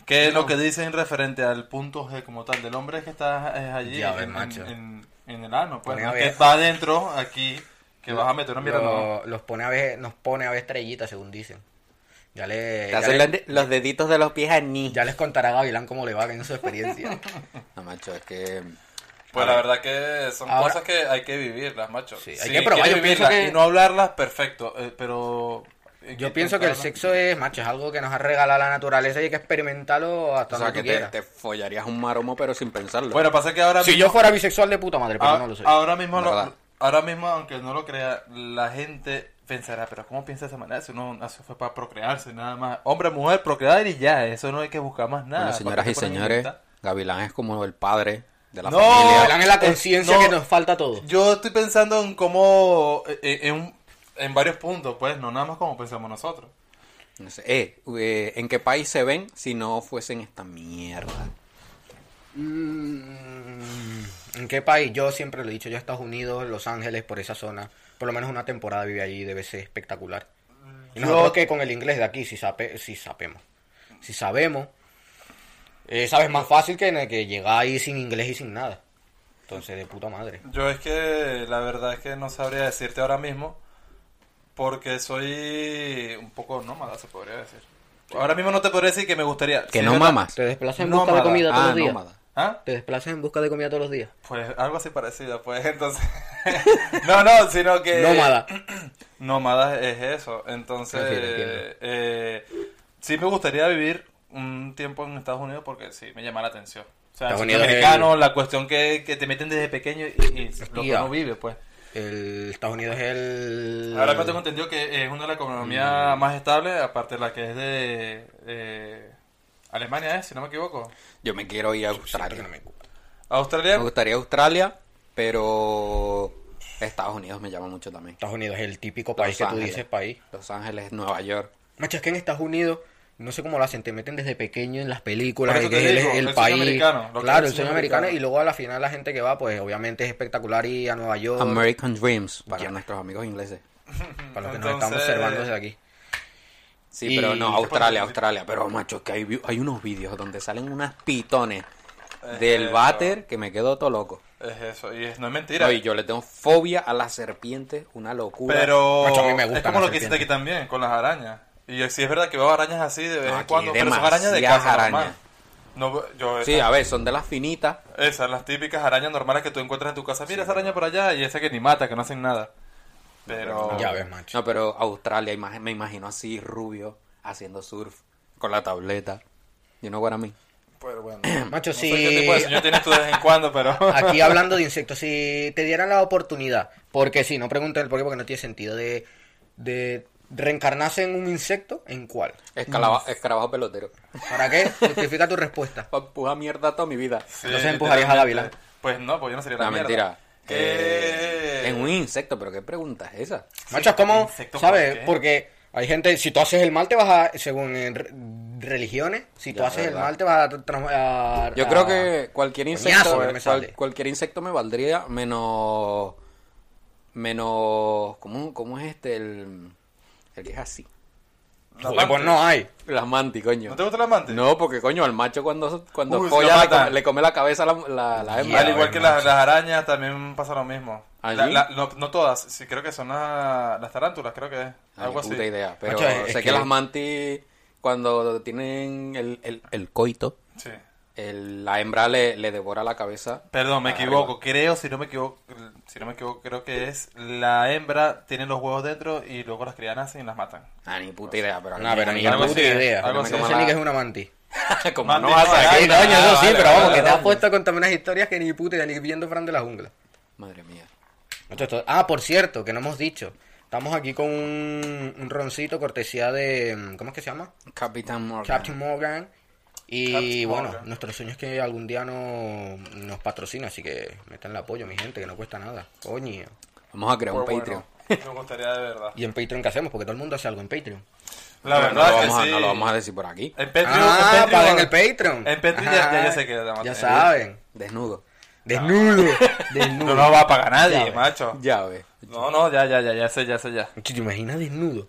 Speaker 2: Que lo que dicen referente al punto G como tal del hombre es que está eh, allí
Speaker 3: Ya
Speaker 2: en,
Speaker 3: ves,
Speaker 2: en-
Speaker 3: macho.
Speaker 2: en- en el ano, pues,
Speaker 3: Pone
Speaker 2: no
Speaker 3: a
Speaker 2: es que
Speaker 3: ver.
Speaker 2: está adentro aquí que vas a meter una mierda. no.
Speaker 3: Lo- los pone a ver, nos pone a ver estrellitas, según dicen. Ya, le,
Speaker 1: Te
Speaker 3: ya,
Speaker 1: hacen
Speaker 3: le-
Speaker 1: los- los deditos de los pies a ni.
Speaker 3: ya les contará a Gavilán cómo le va en
Speaker 1: [LAUGHS]
Speaker 3: su experiencia.
Speaker 1: No, macho, es que...
Speaker 2: Pues la verdad que son
Speaker 3: Ahora-
Speaker 2: cosas que hay que vivirlas, macho.
Speaker 3: Sí, hay
Speaker 2: Si
Speaker 3: que probar,
Speaker 2: quieres
Speaker 3: yo pienso
Speaker 2: vivirlas
Speaker 3: que-
Speaker 2: y no hablarlas, perfecto, eh, pero eh,
Speaker 3: Yo pienso que el
Speaker 2: intentarlo.
Speaker 3: sexo es, macho, es algo que nos ha regalado la naturaleza y hay que experimentarlo hasta
Speaker 1: O sea,
Speaker 3: donde
Speaker 1: que
Speaker 3: tú
Speaker 1: te,
Speaker 3: quieras.
Speaker 1: te follarías un maromo, pero sin pensarlo.
Speaker 2: Bueno, pasa que ahora
Speaker 3: Si yo fuera bisexual de puta madre, pero
Speaker 2: Ah,
Speaker 3: no lo soy.
Speaker 2: Ahora mismo,
Speaker 1: La
Speaker 2: lo-
Speaker 1: verdad.
Speaker 2: ahora mismo, aunque no lo crea, la gente pensará, pero ¿cómo piensa de esa manera? Si uno eso fue para procrearse, nada más. Hombre, mujer, procrear y ya, eso no hay que buscar más nada.
Speaker 3: Ah,
Speaker 1: Bueno, señoras y
Speaker 2: ¿Para qué te pones a
Speaker 1: señores,
Speaker 2: inventar?
Speaker 1: Gavilán es como el padre de la
Speaker 2: No.
Speaker 1: familia.
Speaker 3: Gavilán es la
Speaker 2: eh,
Speaker 3: conciencia
Speaker 2: no.
Speaker 3: que nos falta a todos.
Speaker 2: Yo estoy pensando en cómo, eh, eh, en, en varios puntos, pues, no nada más como pensamos nosotros.
Speaker 1: No sé, eh, eh, ¿En qué país se ven si no fuesen esta mierda?
Speaker 3: Mm, ¿En qué país? Yo siempre lo he dicho, yo a Estados Unidos, Los Ángeles, por esa zona. Por lo menos una temporada vive allí, debe ser espectacular. Y
Speaker 2: Yo-
Speaker 3: nosotros que con el inglés de aquí, si, sape- si sabemos. Si sabemos, eh, sabes más fácil que, en el que llegar ahí sin inglés y sin nada. Entonces, de puta madre.
Speaker 2: Yo es que la verdad es que no sabría decirte ahora mismo porque soy un poco nómada, se podría decir. Ahora mismo no te podría decir que me gustaría.
Speaker 1: Que
Speaker 2: Sí,
Speaker 1: no
Speaker 2: ¿verdad?
Speaker 1: mamas.
Speaker 3: ¿Te desplazas en
Speaker 2: Nómada.
Speaker 3: busca de comida todos
Speaker 1: Ah,
Speaker 3: los días?
Speaker 1: nómada.
Speaker 2: ¿Ah?
Speaker 3: ¿Te desplazas en busca de comida todos los días?
Speaker 2: Pues algo así parecido, pues [LAUGHS] entonces. no, no, sino que.
Speaker 3: Nómada.
Speaker 2: Nómada es eso. Entonces.
Speaker 3: Entiendo, entiendo.
Speaker 2: eh, sí, me gustaría vivir un tiempo en Estados Unidos porque sí, me llama la atención. O sea,
Speaker 3: Estados
Speaker 2: los
Speaker 3: Unidos es
Speaker 2: americanos, la cuestión que, que te meten desde pequeño y, y lo que
Speaker 3: Hostia.
Speaker 2: uno vive, pues.
Speaker 3: El Estados Unidos es el...
Speaker 2: Ahora mismo tengo entendido que es una de las economías más estables, aparte de la que es de. eh, Alemania, ¿eh? Si no me equivoco.
Speaker 1: Yo me quiero ir a
Speaker 3: Siento
Speaker 1: Australia.
Speaker 3: que no me gusta.
Speaker 2: Australia.
Speaker 1: Me gustaría Australia, pero Estados Unidos me llama mucho también.
Speaker 3: Estados Unidos es el típico
Speaker 1: Los
Speaker 3: país que tú
Speaker 1: Ángeles.
Speaker 3: dices país.
Speaker 1: Los Ángeles, Nueva York.
Speaker 3: Macho, es que en Estados Unidos, no sé cómo lo hacen, te meten desde pequeño en las películas,
Speaker 2: Por eso
Speaker 3: de que
Speaker 2: te
Speaker 3: él
Speaker 2: digo,
Speaker 3: es el
Speaker 2: el sueño
Speaker 3: país.
Speaker 2: americano, lo que
Speaker 3: claro,
Speaker 2: es
Speaker 3: el sueño americano, y luego a la final la gente que va, pues obviamente es espectacular ir a Nueva York,
Speaker 1: American Dreams para
Speaker 3: Ya.
Speaker 1: nuestros amigos ingleses.
Speaker 3: para los que nos estamos
Speaker 2: Entonces-
Speaker 3: observando desde aquí.
Speaker 1: Sí,
Speaker 3: Y-
Speaker 1: pero no,
Speaker 2: ¿Qué pasa?
Speaker 1: Australia, Australia. Pero macho, es que hay, vi- hay unos vídeos donde salen unas pitones
Speaker 3: Eh,
Speaker 2: Es
Speaker 1: del
Speaker 2: eso.
Speaker 1: váter que me quedo todo loco.
Speaker 2: Es eso. Y es, no es mentira.
Speaker 1: No, y yo le tengo fobia a las serpientes, una locura.
Speaker 2: Pero
Speaker 3: Macho, a mí me gustan
Speaker 2: es como
Speaker 3: las
Speaker 2: lo que hiciste
Speaker 3: serpientes.
Speaker 2: aquí también, con las arañas. Y si es verdad que veo arañas así de vez
Speaker 1: No,
Speaker 2: en
Speaker 1: aquí
Speaker 2: cuando, pero son arañas de
Speaker 1: demasiadas
Speaker 2: casa normal.
Speaker 1: arañas.
Speaker 2: No, veo- yo
Speaker 1: Sí, a ver, son de las finitas.
Speaker 2: Esas, las típicas arañas normales que tú encuentras en tu casa. Mira esa araña por allá y esa que ni mata, que no hacen nada. Pero...
Speaker 3: Ya ves, macho.
Speaker 1: No, pero Australia, imag- me imagino así, rubio, haciendo surf, con la tableta. Yo no para mí.
Speaker 2: Pero bueno.
Speaker 3: Macho,
Speaker 2: no sé
Speaker 3: sí.
Speaker 2: qué tipo de sueño tienes tú de vez en cuando, pero...
Speaker 3: [LAUGHS]
Speaker 2: [LAUGHS]
Speaker 3: Aquí hablando de insectos, si te dieran la oportunidad, porque si no pregunten el por qué, porque no tiene sentido, de, de reencarnarse en un insecto, ¿en cuál?
Speaker 1: Escalaba-
Speaker 3: Mm.
Speaker 1: escarabajo pelotero.
Speaker 3: ¿Para qué? Justifica tu respuesta.
Speaker 1: Pa' empujar mierda toda mi vida.
Speaker 2: Sí,
Speaker 3: Entonces empujarías a Dávila.
Speaker 2: literalmente. Pues no, pues yo no sería la
Speaker 1: No,
Speaker 2: mierda.
Speaker 1: mentira.
Speaker 2: Que...
Speaker 1: Eh, es un insecto, pero ¿qué pregunta es esa?
Speaker 3: Macho, es como,
Speaker 2: insecto,
Speaker 3: ¿sabes?
Speaker 2: ¿por qué?
Speaker 3: Porque hay gente, si tú haces el mal, te vas a, según eh, re- religiones, si tú
Speaker 1: Ya,
Speaker 3: haces el
Speaker 1: verdad.
Speaker 3: mal, te vas a... tra- a-
Speaker 1: Yo
Speaker 3: a-
Speaker 1: creo que cualquier
Speaker 3: Ah, coñazo,
Speaker 1: insecto,
Speaker 3: pero
Speaker 1: cual-
Speaker 3: me sale.
Speaker 1: cualquier insecto me valdría menos, menos, ¿cómo, cómo es este? El, el que es así.
Speaker 2: La
Speaker 3: Joder, pues no hay.
Speaker 1: Las mantis, coño.
Speaker 2: ¿No te gusta la amante?
Speaker 1: No, porque coño, al macho cuando, cuando
Speaker 2: Uy, se
Speaker 1: folla
Speaker 2: lo
Speaker 1: le
Speaker 2: matan.
Speaker 1: come, le come la cabeza a la, la, la hembra.
Speaker 2: Al igual
Speaker 3: bueno,
Speaker 2: que las, las arañas también pasa lo mismo.
Speaker 1: ¿Ah,
Speaker 2: La-
Speaker 1: sí?
Speaker 2: la- no, no todas, sí, creo que son la- las tarántulas, creo que es.
Speaker 1: Ah,
Speaker 2: Algo
Speaker 1: ni
Speaker 2: así.
Speaker 1: puta idea. Pero
Speaker 3: Macho, es
Speaker 1: sé que,
Speaker 3: que-
Speaker 1: las mantis, cuando tienen el, el, el coito,
Speaker 2: Sí.
Speaker 1: el- la hembra le, le devora la cabeza.
Speaker 2: Perdón, me
Speaker 1: Arriba.
Speaker 2: equivoco. Creo, si no me equivoco, si no me equivoco, creo que es la hembra tiene los huevos dentro y luego las crías nacen y las matan.
Speaker 1: Ah, ni puta idea, pero...
Speaker 3: No, pero ni
Speaker 2: Algo
Speaker 3: puta
Speaker 2: así,
Speaker 3: idea.
Speaker 2: algo
Speaker 3: No
Speaker 2: así.
Speaker 3: sé ni que es una mantis.
Speaker 1: [LAUGHS] Como
Speaker 2: Mande,
Speaker 1: no vas a
Speaker 2: no,
Speaker 1: salir.
Speaker 2: ahí
Speaker 3: Sí, coño, eso sí,
Speaker 2: vale,
Speaker 3: pero vamos,
Speaker 2: vale,
Speaker 3: que te has
Speaker 2: vale.
Speaker 3: puesto a contar unas historias que ni puta idea, ni viendo Fran de la jungla.
Speaker 1: Madre mía.
Speaker 3: Esto es todo. Ah, por cierto, que no hemos dicho. Estamos aquí con un, un roncito cortesía de. mm, ¿Cómo es que se llama?
Speaker 1: Capitán Morgan.
Speaker 3: Captain Morgan. Y
Speaker 2: Captain
Speaker 3: bueno,
Speaker 2: Morgan.
Speaker 3: nuestro sueño es que algún día no, nos patrocina, así que metan el apoyo, mi gente, que no cuesta nada. Coño.
Speaker 1: Vamos a crear un
Speaker 2: Pues
Speaker 1: Patreon.
Speaker 2: bueno, me gustaría
Speaker 1: [LAUGHS]
Speaker 2: de verdad.
Speaker 3: ¿Y en Patreon qué hacemos? Porque todo el mundo hace algo en Patreon.
Speaker 2: La
Speaker 1: Pero no,
Speaker 2: verdad
Speaker 1: lo
Speaker 2: es
Speaker 1: vamos
Speaker 2: que
Speaker 1: a,
Speaker 2: sí. Eh.
Speaker 1: no lo vamos a decir por aquí.
Speaker 2: En Patreon,
Speaker 3: ah,
Speaker 2: en Patreon,
Speaker 3: paguen el Patreon.
Speaker 2: En Patreon ya,
Speaker 3: Ajá.
Speaker 2: ya yo sé que la vamos a
Speaker 3: Ya
Speaker 2: tener.
Speaker 3: saben.
Speaker 1: Desnudo.
Speaker 3: Desnudo.
Speaker 2: [LAUGHS] No
Speaker 3: Desnudo.
Speaker 2: nos va a pagar nadie,
Speaker 3: Ya,
Speaker 2: macho.
Speaker 1: Ya ve.
Speaker 2: No, no, ya, ya, ya, ya sé, ya sé, ya.
Speaker 3: ¿Te imaginas desnudo?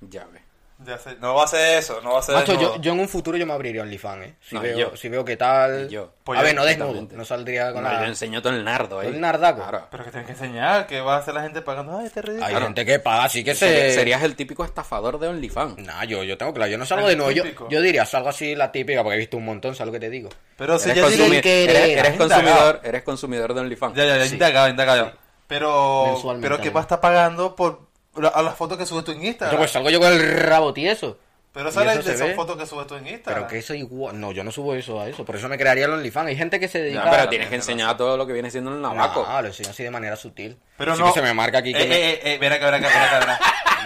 Speaker 1: Ya ve.
Speaker 2: Ya sé. No va a ser eso, no va a ser
Speaker 3: Macho,
Speaker 2: desnudo.
Speaker 3: yo, yo en un futuro yo me abriría OnlyFans, ¿eh? Si,
Speaker 1: No,
Speaker 3: veo,
Speaker 1: yo.
Speaker 3: si veo qué tal...
Speaker 1: Y yo.
Speaker 2: Pues
Speaker 3: a
Speaker 2: yo
Speaker 3: ver, no desnudo,
Speaker 1: completamente.
Speaker 3: no saldría con
Speaker 1: No,
Speaker 3: nada.
Speaker 1: yo enseño todo el nardo ahí.
Speaker 3: El nardaco.
Speaker 1: Claro.
Speaker 2: Pero que tienes que enseñar, que va a hacer la gente pagando. Ay, este ridículo.
Speaker 3: Hay gente que paga, así que se...
Speaker 1: Sería- Serías el típico estafador de OnlyFans.
Speaker 3: Nah, yo, yo tengo claro, yo no salgo de nuevo, yo,
Speaker 2: Típico.
Speaker 3: yo diría, salgo así la típica, porque he visto un montón, ¿sabes lo que te digo?
Speaker 2: Pero si
Speaker 1: Eres,
Speaker 2: ya
Speaker 1: consumi-
Speaker 2: tiene
Speaker 3: que-
Speaker 1: eres-
Speaker 3: eres
Speaker 1: eres
Speaker 2: indagado.
Speaker 1: consumidor, eres consumidor de OnlyFans.
Speaker 2: Ya, ya, ya, indagado, indagado. Pero,
Speaker 3: Mensualmente,
Speaker 2: pero que
Speaker 3: además.
Speaker 2: va a estar pagando por la- a las fotos que subes tú en
Speaker 3: Yo,
Speaker 2: Instagram.
Speaker 3: pues salgo yo con el rabo tieso.
Speaker 2: Ah. pero
Speaker 3: ¿Y
Speaker 2: sale
Speaker 3: eso se
Speaker 2: de esas
Speaker 3: ve?
Speaker 2: fotos que subes tú en Instagram.
Speaker 3: Pero que eso igual... No, yo no subo eso a eso, por eso me crearía el OnlyFans. Hay gente que se
Speaker 1: No,
Speaker 3: dedica...
Speaker 1: pero tienes que enseñar todo lo que viene siendo el navaco.
Speaker 3: Ah, lo enseño así de manera sutil.
Speaker 2: Pero
Speaker 3: Así
Speaker 2: no.
Speaker 3: que se me marca aquí
Speaker 2: Eh,
Speaker 3: que [LAUGHS] me-
Speaker 2: eh, eh, eh, ven acá, ven acá, ven acá,
Speaker 3: [LAUGHS]
Speaker 2: ven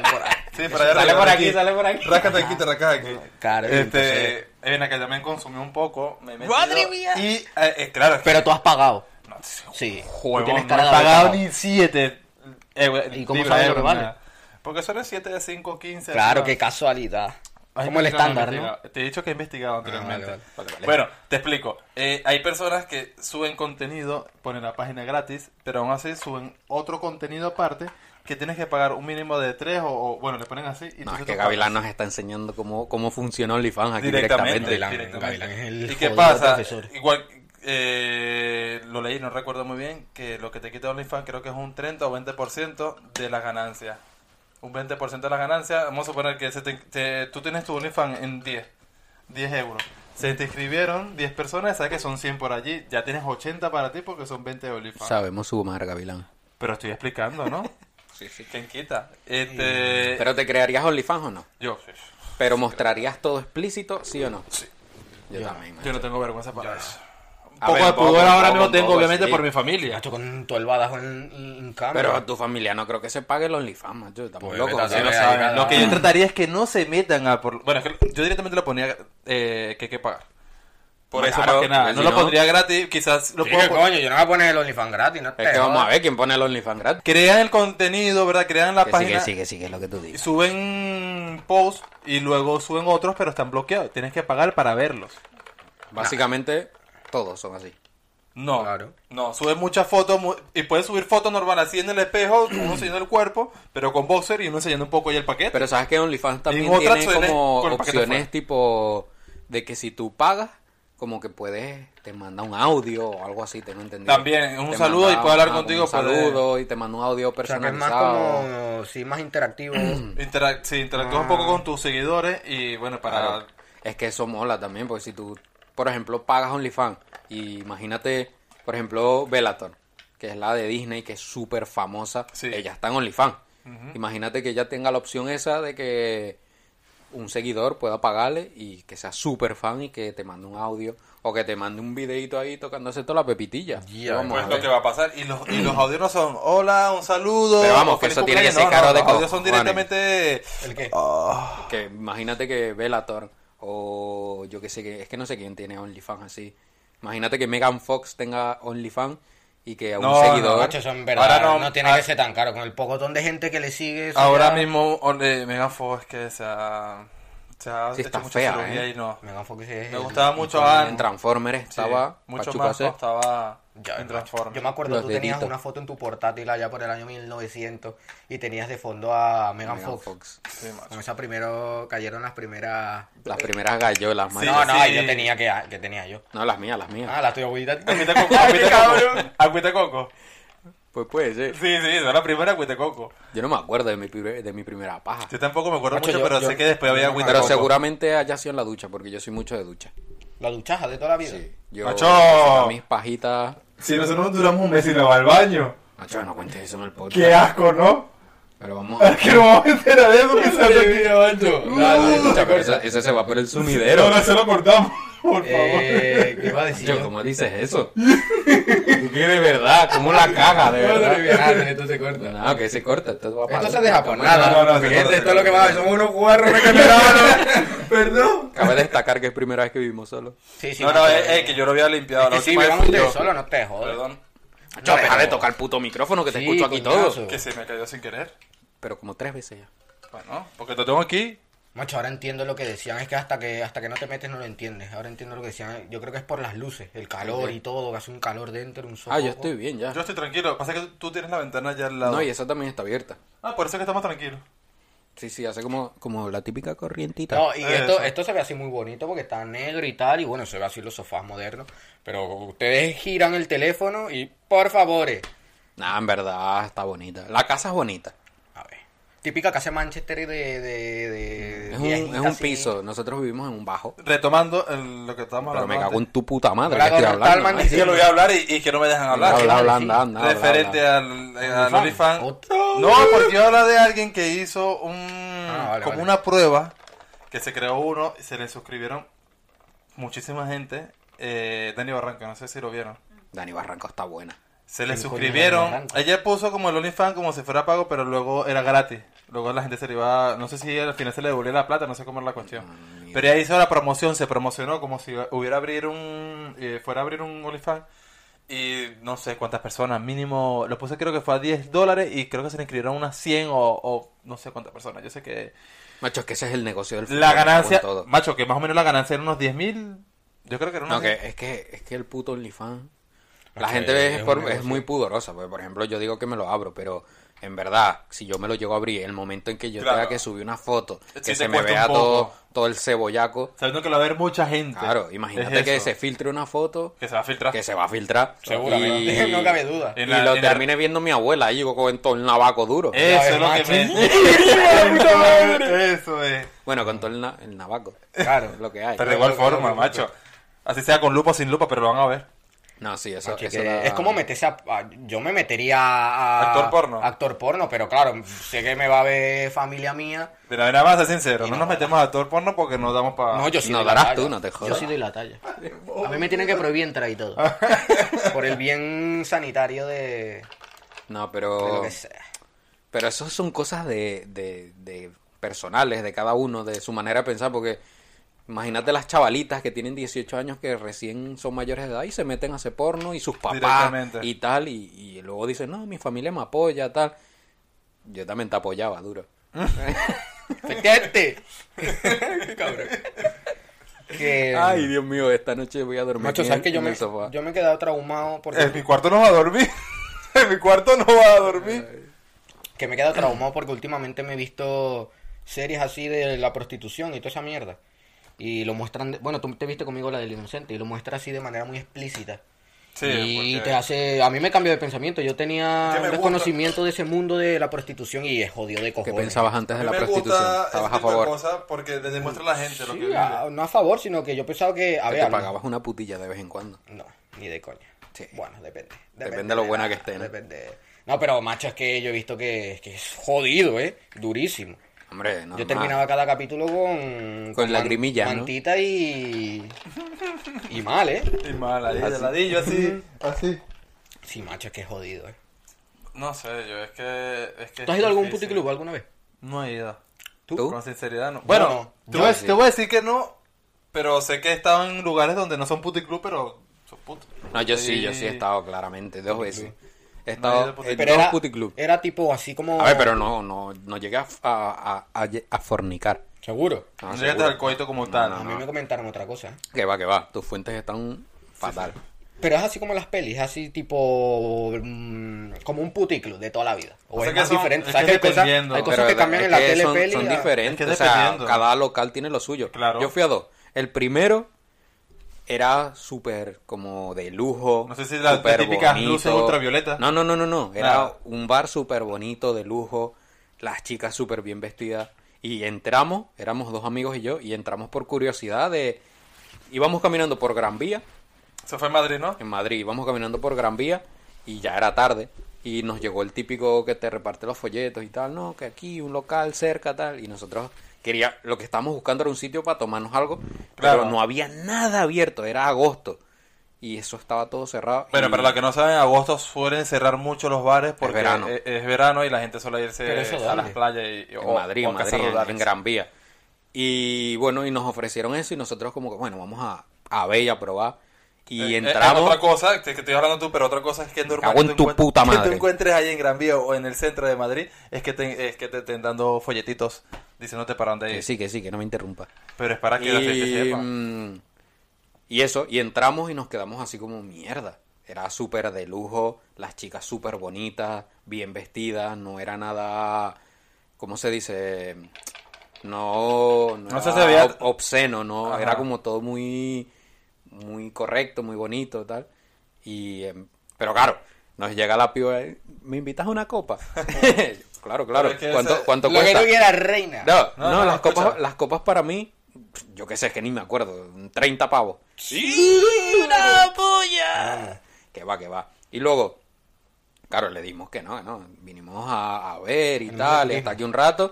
Speaker 2: acá.
Speaker 3: por ahí.
Speaker 2: Sí, por allá,
Speaker 1: sale
Speaker 2: rácate
Speaker 1: por aquí, sale por aquí.
Speaker 2: Rácate aquí, te racas aquí.
Speaker 3: [LAUGHS] Claro,
Speaker 2: este,
Speaker 3: entonces-
Speaker 2: eh, ven acá, también consumí un poco. Me he metido,
Speaker 3: ¡Madre mía!
Speaker 2: Y, eh, eh, claro, es que-
Speaker 3: Pero tú has pagado.
Speaker 2: No, sí,
Speaker 3: Sí.
Speaker 2: Joder,
Speaker 3: Tú tienes
Speaker 2: no
Speaker 3: cara
Speaker 2: he
Speaker 3: de haber
Speaker 2: pagado
Speaker 3: pagado. Eh,
Speaker 2: ni 7.
Speaker 3: ¿Y cómo sabes lo que vale?
Speaker 2: Porque son 7 de 5, 15.
Speaker 3: Claro,
Speaker 2: ¿no?
Speaker 3: qué casualidad.
Speaker 2: Has
Speaker 3: Como el
Speaker 2: investigado,
Speaker 3: estándar, ¿no? Ah,
Speaker 2: investigado. Te he dicho que he investigado anteriormente.
Speaker 3: vale,
Speaker 1: vale. Vale, vale.
Speaker 2: Bueno, te explico. Eh, hay personas que suben contenido, ponen la página gratis, pero aún así suben otro contenido aparte que tienes que pagar un mínimo de 3 o, o, bueno, le ponen así. Y
Speaker 1: No,
Speaker 2: entonces
Speaker 1: es que
Speaker 2: tú
Speaker 1: Gavilán
Speaker 2: pagas.
Speaker 1: nos está enseñando cómo, cómo funciona OnlyFans aquí
Speaker 2: Directamente,
Speaker 1: directamente.
Speaker 3: Gavilán,
Speaker 2: directamente.
Speaker 1: [LAUGHS]
Speaker 3: Gavilán es el
Speaker 2: ¿Y qué
Speaker 3: jodido
Speaker 2: pasa?
Speaker 3: profesor.
Speaker 2: Igual, eh, lo leí, no recuerdo muy bien, que lo que te quita OnlyFans creo que es un 30 o 20% de las ganancias. Un 20% de las ganancias, vamos a suponer que se te- te- tú tienes tu OnlyFans en 10, 10 euros. Se te inscribieron 10 personas, sabes que son 100 por allí, ya tienes 80 para ti porque son 20 de OnlyFans.
Speaker 1: Sabemos sumar, Gavilán.
Speaker 2: Pero estoy explicando, ¿no?
Speaker 1: Sí, sí.
Speaker 2: [LAUGHS] ¿Quién quita? Este,
Speaker 1: ¿Pero te crearías OnlyFans o no?
Speaker 2: yo, sí.
Speaker 1: ¿Pero mostrarías todo explícito, sí o no?
Speaker 2: Sí.
Speaker 1: Yo, también.
Speaker 2: yo no tengo vergüenza para eso. Un
Speaker 1: A
Speaker 2: poco
Speaker 1: ver,
Speaker 2: de
Speaker 1: un poco,
Speaker 2: pudor
Speaker 1: un
Speaker 2: ahora
Speaker 1: poco,
Speaker 2: mismo
Speaker 1: un
Speaker 2: tengo,
Speaker 1: poco,
Speaker 2: obviamente,
Speaker 1: sí.
Speaker 2: por mi familia.
Speaker 3: Macho, con todo el badajo en, en cámara.
Speaker 1: Pero tu familia no creo que se pague el OnlyFans, macho. Estamos
Speaker 3: Pues,
Speaker 1: locos.
Speaker 3: vete
Speaker 1: Sí,
Speaker 3: a saber.
Speaker 1: lo
Speaker 3: Ahí
Speaker 1: sé.
Speaker 3: cada-
Speaker 2: Lo que yo trataría es que no se metan a por... Bueno, es que yo directamente lo ponía eh, que hay que pagar. Por eso
Speaker 1: Claro,
Speaker 2: más que nada.
Speaker 1: porque
Speaker 2: No
Speaker 1: si
Speaker 2: lo
Speaker 1: no-
Speaker 2: pondría gratis, quizás lo
Speaker 3: Sí,
Speaker 2: puedo
Speaker 3: que
Speaker 2: poner-
Speaker 3: coño, yo no voy a poner el OnlyFans gratis, no te
Speaker 1: Es que vamos
Speaker 3: jodas.
Speaker 1: a ver quién pone el OnlyFans gratis.
Speaker 2: Crean el contenido, ¿verdad? Crean la
Speaker 1: Que sí, que
Speaker 2: página.
Speaker 1: sí, que sí, que es lo que tú
Speaker 2: y
Speaker 1: dices.
Speaker 2: Suben posts y luego suben otros, pero están bloqueados. Tienes que pagar para verlos.
Speaker 1: Básicamente, todos son así.
Speaker 2: No,
Speaker 3: Claro.
Speaker 2: no, suben muchas fotos mu- y puedes subir fotos normal así en el espejo, [CLEARS THROAT] uno enseñando el cuerpo, pero con boxer y uno enseñando un poco ahí el paquete.
Speaker 1: Pero sabes que OnlyFans también
Speaker 2: en otra
Speaker 1: tiene
Speaker 2: opciones
Speaker 1: como
Speaker 2: con el paquete
Speaker 1: opciones
Speaker 2: fuera.
Speaker 1: tipo de que si tú pagas, como que puedes, te manda un audio o algo así, tengo entendido.
Speaker 2: También, un
Speaker 1: Te
Speaker 2: saludo
Speaker 1: manda,
Speaker 2: y puedo hablar
Speaker 1: ah,
Speaker 2: contigo
Speaker 1: Un
Speaker 2: por-
Speaker 1: saludo y te manda un audio
Speaker 3: O sea, que es
Speaker 1: personalizado.
Speaker 3: más como... Sí, más interactivo.
Speaker 2: Interac- sí, interactúas un poco con tus seguidores y bueno, para...
Speaker 1: Ah. Claro. Es que eso mola también, porque si tú, por ejemplo, pagas OnlyFans y imagínate, por ejemplo, Bellator, que es la de Disney, que es súper famosa,
Speaker 2: Sí.
Speaker 1: ella está en OnlyFans. Imagínate que ella tenga la opción esa de que un seguidor pueda pagarle y que sea súper fan y que te mande un audio o que te mande un videito ahí tocándose toda la pepitilla.
Speaker 3: Ya,
Speaker 1: Vamos
Speaker 2: Pues
Speaker 1: a
Speaker 2: lo
Speaker 1: ver.
Speaker 2: que va a pasar. Y los, y los audios no son hola, un saludo.
Speaker 1: Pero vamos,
Speaker 2: o
Speaker 1: que
Speaker 2: feliz
Speaker 1: eso tiene que
Speaker 2: cumpleaños".
Speaker 1: ser caro
Speaker 2: No, no,
Speaker 1: de
Speaker 2: Los audios
Speaker 1: cojo,
Speaker 2: son
Speaker 1: Juanes.
Speaker 2: directamente.
Speaker 3: ¿El qué?
Speaker 1: que imagínate que Bellator o yo que sé que es que no sé quién tiene OnlyFans así. Imagínate que Megan Fox tenga OnlyFans y que a un
Speaker 2: No, no,
Speaker 1: seguidor
Speaker 3: Macho, eso en verdad
Speaker 2: Ahora no-
Speaker 3: no, tiene
Speaker 2: ah-
Speaker 3: que ser tan caro. Con el pocotón de gente que le sigue... eso
Speaker 2: Ahora
Speaker 3: ya-
Speaker 2: mismo, ole, Megan Fox, que se ha. Se ha
Speaker 1: Sí,
Speaker 2: hecho
Speaker 1: está
Speaker 2: mucha
Speaker 1: fea,
Speaker 2: cirugía
Speaker 1: ¿eh?
Speaker 2: y no.
Speaker 3: Me, gustaba
Speaker 2: Me gustaba mucho a
Speaker 1: en Transformers estaba
Speaker 2: mucho
Speaker 1: Pachuca
Speaker 2: más
Speaker 1: C.
Speaker 2: cuando estaba
Speaker 3: Ya,
Speaker 2: en
Speaker 3: macho.
Speaker 2: Transformers.
Speaker 3: Yo me acuerdo,
Speaker 1: Los
Speaker 3: tú tenías
Speaker 1: deditos.
Speaker 3: una foto en tu portátil allá por el año 1900 y tenías de fondo a Megan,
Speaker 1: Megan
Speaker 3: Fox.
Speaker 1: Fox.
Speaker 2: Sí, macho.
Speaker 3: Con esa primero cayeron las primeras...
Speaker 1: Las primeras gallolas, madre.
Speaker 3: no, no,
Speaker 2: sí.
Speaker 3: yo tenía que... que tenía yo?
Speaker 1: No, las mías, las mías.
Speaker 3: Ah, la tuya, abuelita.
Speaker 2: [LAUGHS] Agüita coco, agüita coco. Agüita coco.
Speaker 1: Pues puede ser.
Speaker 2: Sí, sí, era la primera agüita coco.
Speaker 1: Yo no me acuerdo de mi, pri- de mi primera paja.
Speaker 2: Yo tampoco me acuerdo
Speaker 3: Macho,
Speaker 2: mucho,
Speaker 3: yo-
Speaker 2: pero
Speaker 3: yo-
Speaker 2: sé que después había
Speaker 3: yo no me
Speaker 2: agüita
Speaker 1: Pero
Speaker 2: coco.
Speaker 1: seguramente haya sido en la ducha, porque yo soy mucho de ducha.
Speaker 3: [LAUGHS] La duchaja de toda la vida. [LAUGHS]
Speaker 1: Sí. Yo
Speaker 2: ¡Macho!
Speaker 1: necesito mis pajitas.
Speaker 4: Si nosotros duramos un mes y no va al baño,
Speaker 1: Macho, no cuentes eso en el podcast.
Speaker 4: qué asco, ¿no?
Speaker 1: Pero vamos a.
Speaker 4: Es que no vamos a enterar de eso, quizás aquí.
Speaker 1: Macho, pero ese, ese se va por el
Speaker 4: No,
Speaker 1: sumidero.
Speaker 4: no, se lo cortamos, [LAUGHS] por favor.
Speaker 3: Eh, ¿Qué va a decir?
Speaker 1: Yo, ¿cómo dices eso? que de verdad, ¿cómo la caga, de verdad?
Speaker 3: esto se corta.
Speaker 1: No, que se corta, esto va para
Speaker 3: Esto se deja por nada.
Speaker 4: No, no, no,
Speaker 3: Fíjate,
Speaker 4: no, no,
Speaker 3: esto
Speaker 4: no.
Speaker 3: es lo que va a ver. Somos unos guarros recañados.
Speaker 4: Perdón.
Speaker 1: Cabe destacar que es primera vez que vivimos solos.
Speaker 3: [LAUGHS] Sí, sí.
Speaker 2: No, no, es, es que yo lo había limpiado. la
Speaker 3: Es que sí,
Speaker 2: última vez
Speaker 3: vivamos
Speaker 2: fui yo.
Speaker 3: ustedes solos, no te jodas.
Speaker 2: Perdón,
Speaker 1: Macho, deja
Speaker 3: pero-
Speaker 1: de tocar el puto micrófono que te
Speaker 3: Sí,
Speaker 1: escucho aquí
Speaker 3: coñazo.
Speaker 1: todo.
Speaker 2: que se me cayó sin querer.
Speaker 1: Pero como tres veces ya.
Speaker 2: Bueno, porque te tengo aquí.
Speaker 3: Macho, ahora entiendo lo que decían. Es que hasta que hasta que no te metes no lo entiendes. Ahora entiendo lo que decían. Yo creo que es por las luces, el calor y todo. Que hace un calor dentro, un sol.
Speaker 1: Ah, yo estoy bien ya.
Speaker 2: Yo estoy tranquilo. Pasa que tú tienes la ventana ya al lado.
Speaker 1: No, y esa también está abierta.
Speaker 2: Ah, por eso es que estamos tranquilos.
Speaker 1: Sí, sí, hace como, como la típica corrientita.
Speaker 3: No, y
Speaker 2: Eh,
Speaker 3: esto,
Speaker 2: eso.
Speaker 3: esto se ve así muy bonito porque está negro y tal, y bueno, se ve así los sofás modernos. Pero ustedes giran el teléfono y por favores.
Speaker 1: Nah, en verdad está bonita. La casa es bonita.
Speaker 3: A ver. Típica casa de Manchester de. de, de
Speaker 1: Es un,
Speaker 3: viejita,
Speaker 1: es un
Speaker 3: así.
Speaker 1: piso. Nosotros vivimos en un bajo.
Speaker 2: Retomando el- lo que estábamos
Speaker 1: Pero me
Speaker 2: hablando.
Speaker 1: cago
Speaker 2: antes.
Speaker 1: en tu puta madre.
Speaker 3: Hola,
Speaker 1: ¿qué estoy
Speaker 3: Donald
Speaker 1: hablando?
Speaker 3: Talman,
Speaker 1: ¿no?
Speaker 2: Es que yo lo voy a hablar y, y que no me dejan hablar.
Speaker 1: Habla, habla,
Speaker 3: sí.
Speaker 1: anda, anda, habla,
Speaker 2: referente
Speaker 1: habla.
Speaker 2: al, eh, al OnlyFans.
Speaker 3: Otro.
Speaker 2: No, porque yo hablo de alguien que hizo un,
Speaker 3: Ah, vale,
Speaker 2: como
Speaker 3: vale.
Speaker 2: una prueba, que se creó uno, y se le suscribieron muchísima gente. Eh, Dani Barranco, no sé si lo vieron.
Speaker 1: Dani Barranco está buena.
Speaker 2: Se le
Speaker 3: ¿Quién coño es Dani
Speaker 2: suscribieron.
Speaker 3: Barranco?
Speaker 2: Ella puso como el OnlyFans como si fuera pago, pero luego era gratis. Luego la gente se le iba, no sé si al final se le devolvió la plata, no sé cómo era la cuestión.
Speaker 1: Mm,
Speaker 2: Pero ella hizo la promoción, se promocionó como si hubiera abrir un, eh, fuera a abrir un OnlyFans. Y no sé cuántas personas, mínimo, lo puse creo que fue a 10 dólares y creo que se le inscribieron unas 100 o, o no sé cuántas personas. Yo sé que
Speaker 1: Macho, es que ese es el negocio del
Speaker 2: la
Speaker 1: futuro,
Speaker 2: ganancia,
Speaker 1: con todo.
Speaker 2: macho, que más o menos la ganancia era unos 10 mil. Yo creo que era unos
Speaker 1: No, que
Speaker 2: 10.000.
Speaker 1: es que es que el puto OnlyFans. La
Speaker 3: Macho,
Speaker 1: gente es,
Speaker 3: es un
Speaker 1: por-
Speaker 3: negocio.
Speaker 1: es muy pudorosa. Porque, por ejemplo, yo digo que me lo abro, pero en verdad, si yo me lo llego a abrir, el momento en que yo
Speaker 2: Claro.
Speaker 1: tenga que subir una foto,
Speaker 2: Sí,
Speaker 1: que
Speaker 2: te
Speaker 1: se me
Speaker 2: cuesta un
Speaker 1: vea todo,
Speaker 2: poco.
Speaker 1: todo el cebollaco.
Speaker 2: Sabiendo que lo va a ver mucha gente.
Speaker 1: Claro, imagínate
Speaker 2: Es
Speaker 1: que
Speaker 2: eso.
Speaker 1: se filtre una foto
Speaker 2: que se va a filtrar.
Speaker 1: que se va a filtrar.
Speaker 3: Seguramente.
Speaker 1: Y-
Speaker 3: [LAUGHS] No cabe duda.
Speaker 1: Y
Speaker 2: En la-
Speaker 1: lo
Speaker 2: en la- Eh.
Speaker 1: termine viendo mi abuela ahí yo con todo el navaco duro.
Speaker 2: Eso es
Speaker 3: Ave
Speaker 2: lo que
Speaker 3: macho.
Speaker 2: me... [LAUGHS] Eso es.
Speaker 1: Bueno, con todo el, na- el navaco.
Speaker 3: Claro.
Speaker 1: Es [LAUGHS] lo que hay.
Speaker 2: Pero de igual
Speaker 3: Claro,
Speaker 2: forma,
Speaker 3: claro,
Speaker 2: macho. Así sea con lupa o sin lupa, pero lo van a ver.
Speaker 1: No, sí, eso,
Speaker 3: Así
Speaker 1: eso
Speaker 3: que
Speaker 1: da-
Speaker 3: Es como meterse a, a- Yo me metería a.
Speaker 2: Actor porno.
Speaker 3: Actor porno, pero claro, sé que me va a ver familia mía.
Speaker 2: Pero nada más, sé sincero, no nos metemos a actor porno porque nos damos para...
Speaker 3: No, yo sí
Speaker 1: Ah, No
Speaker 3: doy
Speaker 1: darás
Speaker 3: la talla.
Speaker 1: tú, no te jodas.
Speaker 3: Yo sí doy la [LAUGHS] talla. A mí me tienen que prohibir entrar y [LAUGHS] todo. Por el bien sanitario de, de
Speaker 1: No, pero...
Speaker 3: lo que sea.
Speaker 1: Pero eso son cosas de, de, de personales, de cada uno, de su manera de pensar, porque imagínate las chavalitas que tienen 18 años que recién son mayores de edad y se meten a hacer porno y sus papás
Speaker 2: Directamente.
Speaker 1: y tal, y, y luego dicen, no, mi familia me apoya, tal. Yo también te apoyaba, duro.
Speaker 3: ¡Efectivamente! [LAUGHS] Qué cabrón.
Speaker 2: Eh.
Speaker 3: Que,
Speaker 1: Ay, Dios mío, esta noche voy a dormir
Speaker 3: macho,
Speaker 1: aquí
Speaker 3: sabes
Speaker 1: en-
Speaker 3: que yo
Speaker 1: en
Speaker 3: me,
Speaker 1: el sofá.
Speaker 3: yo me he quedado traumado porque
Speaker 2: En mi cuarto no va a dormir. [LAUGHS] en mi cuarto no va a dormir.
Speaker 3: que me he quedado traumado porque últimamente me he visto series así de la prostitución y toda esa mierda. Y lo muestran, de- bueno, tú te viste conmigo la del inocente y lo muestra así de manera muy explícita.
Speaker 2: Sí,
Speaker 3: y
Speaker 2: porque-
Speaker 3: te hace, a mí me cambió de pensamiento, yo tenía
Speaker 2: Es que me
Speaker 3: un
Speaker 2: gusta.
Speaker 3: desconocimiento de ese mundo de la prostitución y es jodido de
Speaker 1: ¿Qué
Speaker 3: cojones.
Speaker 1: pensabas antes
Speaker 2: A
Speaker 1: de la
Speaker 2: mí me
Speaker 1: prostitución?
Speaker 2: gusta
Speaker 1: ¿Estabas
Speaker 2: ese
Speaker 1: a
Speaker 2: tipo de
Speaker 1: favor?
Speaker 2: cosas porque le demuestra a la gente lo que
Speaker 3: Sí, ah.
Speaker 2: vive.
Speaker 3: a- no a favor, sino que yo pensaba que, a
Speaker 1: Que
Speaker 3: ver,
Speaker 1: te
Speaker 3: a lo-
Speaker 1: pagabas una putilla de vez en cuando.
Speaker 3: No, ni de coña.
Speaker 1: Sí.
Speaker 3: Bueno, depende.
Speaker 1: Depende de lo buena que esté, ¿no?
Speaker 3: Depende. No, pero macho, es que yo he visto que, que es jodido, ¿eh? Durísimo.
Speaker 1: Hombre, no.
Speaker 3: Yo terminaba cada capítulo con... man-
Speaker 1: lagrimillas, ¿no?
Speaker 3: Mantita y... Y mal, ¿eh?
Speaker 2: Y mal, ahí, de ladillo, así. así.
Speaker 3: Sí, macho, es que es jodido, ¿eh?
Speaker 2: No sé, yo es que... Es que
Speaker 3: ¿Tú has
Speaker 2: es
Speaker 3: ido a algún
Speaker 2: difícil.
Speaker 3: puticlub alguna vez?
Speaker 2: No he ido.
Speaker 1: ¿Tú?
Speaker 2: Con sinceridad, no. Bueno,
Speaker 3: no.
Speaker 2: te,
Speaker 3: Yo
Speaker 2: voy a,
Speaker 1: sí.
Speaker 2: te voy a decir que no, pero sé que he estado en lugares donde no son puticlub, pero son putos.
Speaker 1: No, yo sí, yo sí he estado claramente, dos veces. He
Speaker 2: No he ido
Speaker 1: estado
Speaker 2: a
Speaker 1: en
Speaker 2: puticlub.
Speaker 1: Eh, dos
Speaker 3: era,
Speaker 1: puticlub.
Speaker 3: era tipo así como...
Speaker 1: A ver, pero no, no, no llegué a, a, a- a- a fornicar.
Speaker 3: Seguro.
Speaker 1: No,
Speaker 2: No
Speaker 1: seguro.
Speaker 2: llegaste al coito como tal.
Speaker 3: A mí me comentaron otra cosa, ¿eh?
Speaker 1: Que va, que va. Tus fuentes están fatal.
Speaker 3: Pero es así como las pelis, es así tipo... mm, como un puticlub de toda la vida. O,
Speaker 2: O sea
Speaker 3: es
Speaker 2: que
Speaker 3: más
Speaker 2: son-
Speaker 3: diferente.
Speaker 2: es
Speaker 3: ¿Sabes
Speaker 2: que
Speaker 3: qué cosas-
Speaker 2: dependiendo.
Speaker 3: hay cosas
Speaker 1: Pero
Speaker 3: que cambian
Speaker 1: es
Speaker 3: en la
Speaker 1: que
Speaker 3: tele, ah.
Speaker 1: son,
Speaker 3: peli
Speaker 1: son
Speaker 3: a-
Speaker 1: diferentes.
Speaker 2: es que
Speaker 1: o sea,
Speaker 2: dependiendo.
Speaker 1: cada local tiene lo suyo.
Speaker 2: Claro.
Speaker 1: Yo fui a dos. El primero era súper como de lujo.
Speaker 2: No sé si las
Speaker 1: súper
Speaker 2: típicas luces ultravioletas.
Speaker 1: No, no, no, no, no. Era
Speaker 2: Nada.
Speaker 1: un bar súper bonito, de lujo. Las chicas súper bien vestidas. Y entramos, éramos dos amigos y yo, y entramos por curiosidad de íbamos caminando por Gran Vía,
Speaker 2: Se fue a Madrid, ¿no?
Speaker 1: en Madrid, íbamos caminando por Gran Vía y ya era tarde. Y nos llegó el típico que te reparte los folletos y tal, no, que aquí, un local cerca, tal. Y nosotros quería, lo que estábamos buscando era un sitio para tomarnos algo,
Speaker 2: Claro.
Speaker 1: pero no había nada abierto, era agosto. Y eso estaba todo cerrado.
Speaker 2: Bueno,
Speaker 1: y-
Speaker 2: para los que no saben, en agosto suelen cerrar mucho los bares porque es
Speaker 1: verano.
Speaker 2: verano, es, verano y la gente suele irse
Speaker 3: Pero eso
Speaker 2: a las
Speaker 3: dónde?
Speaker 2: playas y, y-
Speaker 1: en
Speaker 2: o-
Speaker 1: Madrid,
Speaker 2: o
Speaker 1: en Madrid,
Speaker 2: casas
Speaker 1: oh, en,
Speaker 2: rurales.
Speaker 1: en Gran Vía. Y bueno, y nos ofrecieron eso y nosotros como que, bueno, vamos a, a ver y a probar. Y
Speaker 2: Eh, eh,
Speaker 1: entramos,
Speaker 2: otra cosa, que que estoy hablando tú, pero otra cosa es que es normal
Speaker 1: Cago
Speaker 2: que
Speaker 1: en
Speaker 2: tú
Speaker 1: tu
Speaker 2: encuentres-
Speaker 1: puta
Speaker 2: que
Speaker 1: madre.
Speaker 2: tú encuentres ahí en Gran Vía o en el centro de Madrid, es que te, es que te estén dando folletitos diciéndote para dónde
Speaker 1: que
Speaker 2: ir.
Speaker 1: sí, que sí, que no me interrumpa.
Speaker 2: Pero es para que la gente
Speaker 1: Y,
Speaker 2: sepa.
Speaker 1: mm, y eso, y entramos y nos quedamos así como mierda. Era súper de lujo, las chicas súper bonitas, bien vestidas, no era nada, ¿cómo se dice? No, no,
Speaker 2: No se
Speaker 1: era
Speaker 2: sabía-
Speaker 1: ob- obsceno, no,
Speaker 2: Ajá.
Speaker 1: era como todo muy, muy correcto, muy bonito, tal. Y, em, pero claro, nos llega la piba, eh, ¿me invitas a una
Speaker 2: [LAUGHS]
Speaker 1: copa? [LAUGHS] claro, claro,
Speaker 2: es que
Speaker 1: ¿cuánto,
Speaker 2: ese-
Speaker 1: cuánto
Speaker 3: Lo que
Speaker 1: cuesta?
Speaker 3: tú quieras, reina.
Speaker 1: No, no,
Speaker 2: No, no,
Speaker 1: las,
Speaker 2: escucha.
Speaker 1: copas, las copas para mí, pf, yo qué sé, es que ni me acuerdo, 30 pavos. ¡Una polla! Que va, que va. Y luego, claro, le dimos que no, que no, vinimos a, a ver y
Speaker 3: no
Speaker 1: tal,
Speaker 3: sé qué.
Speaker 1: y hasta aquí un rato.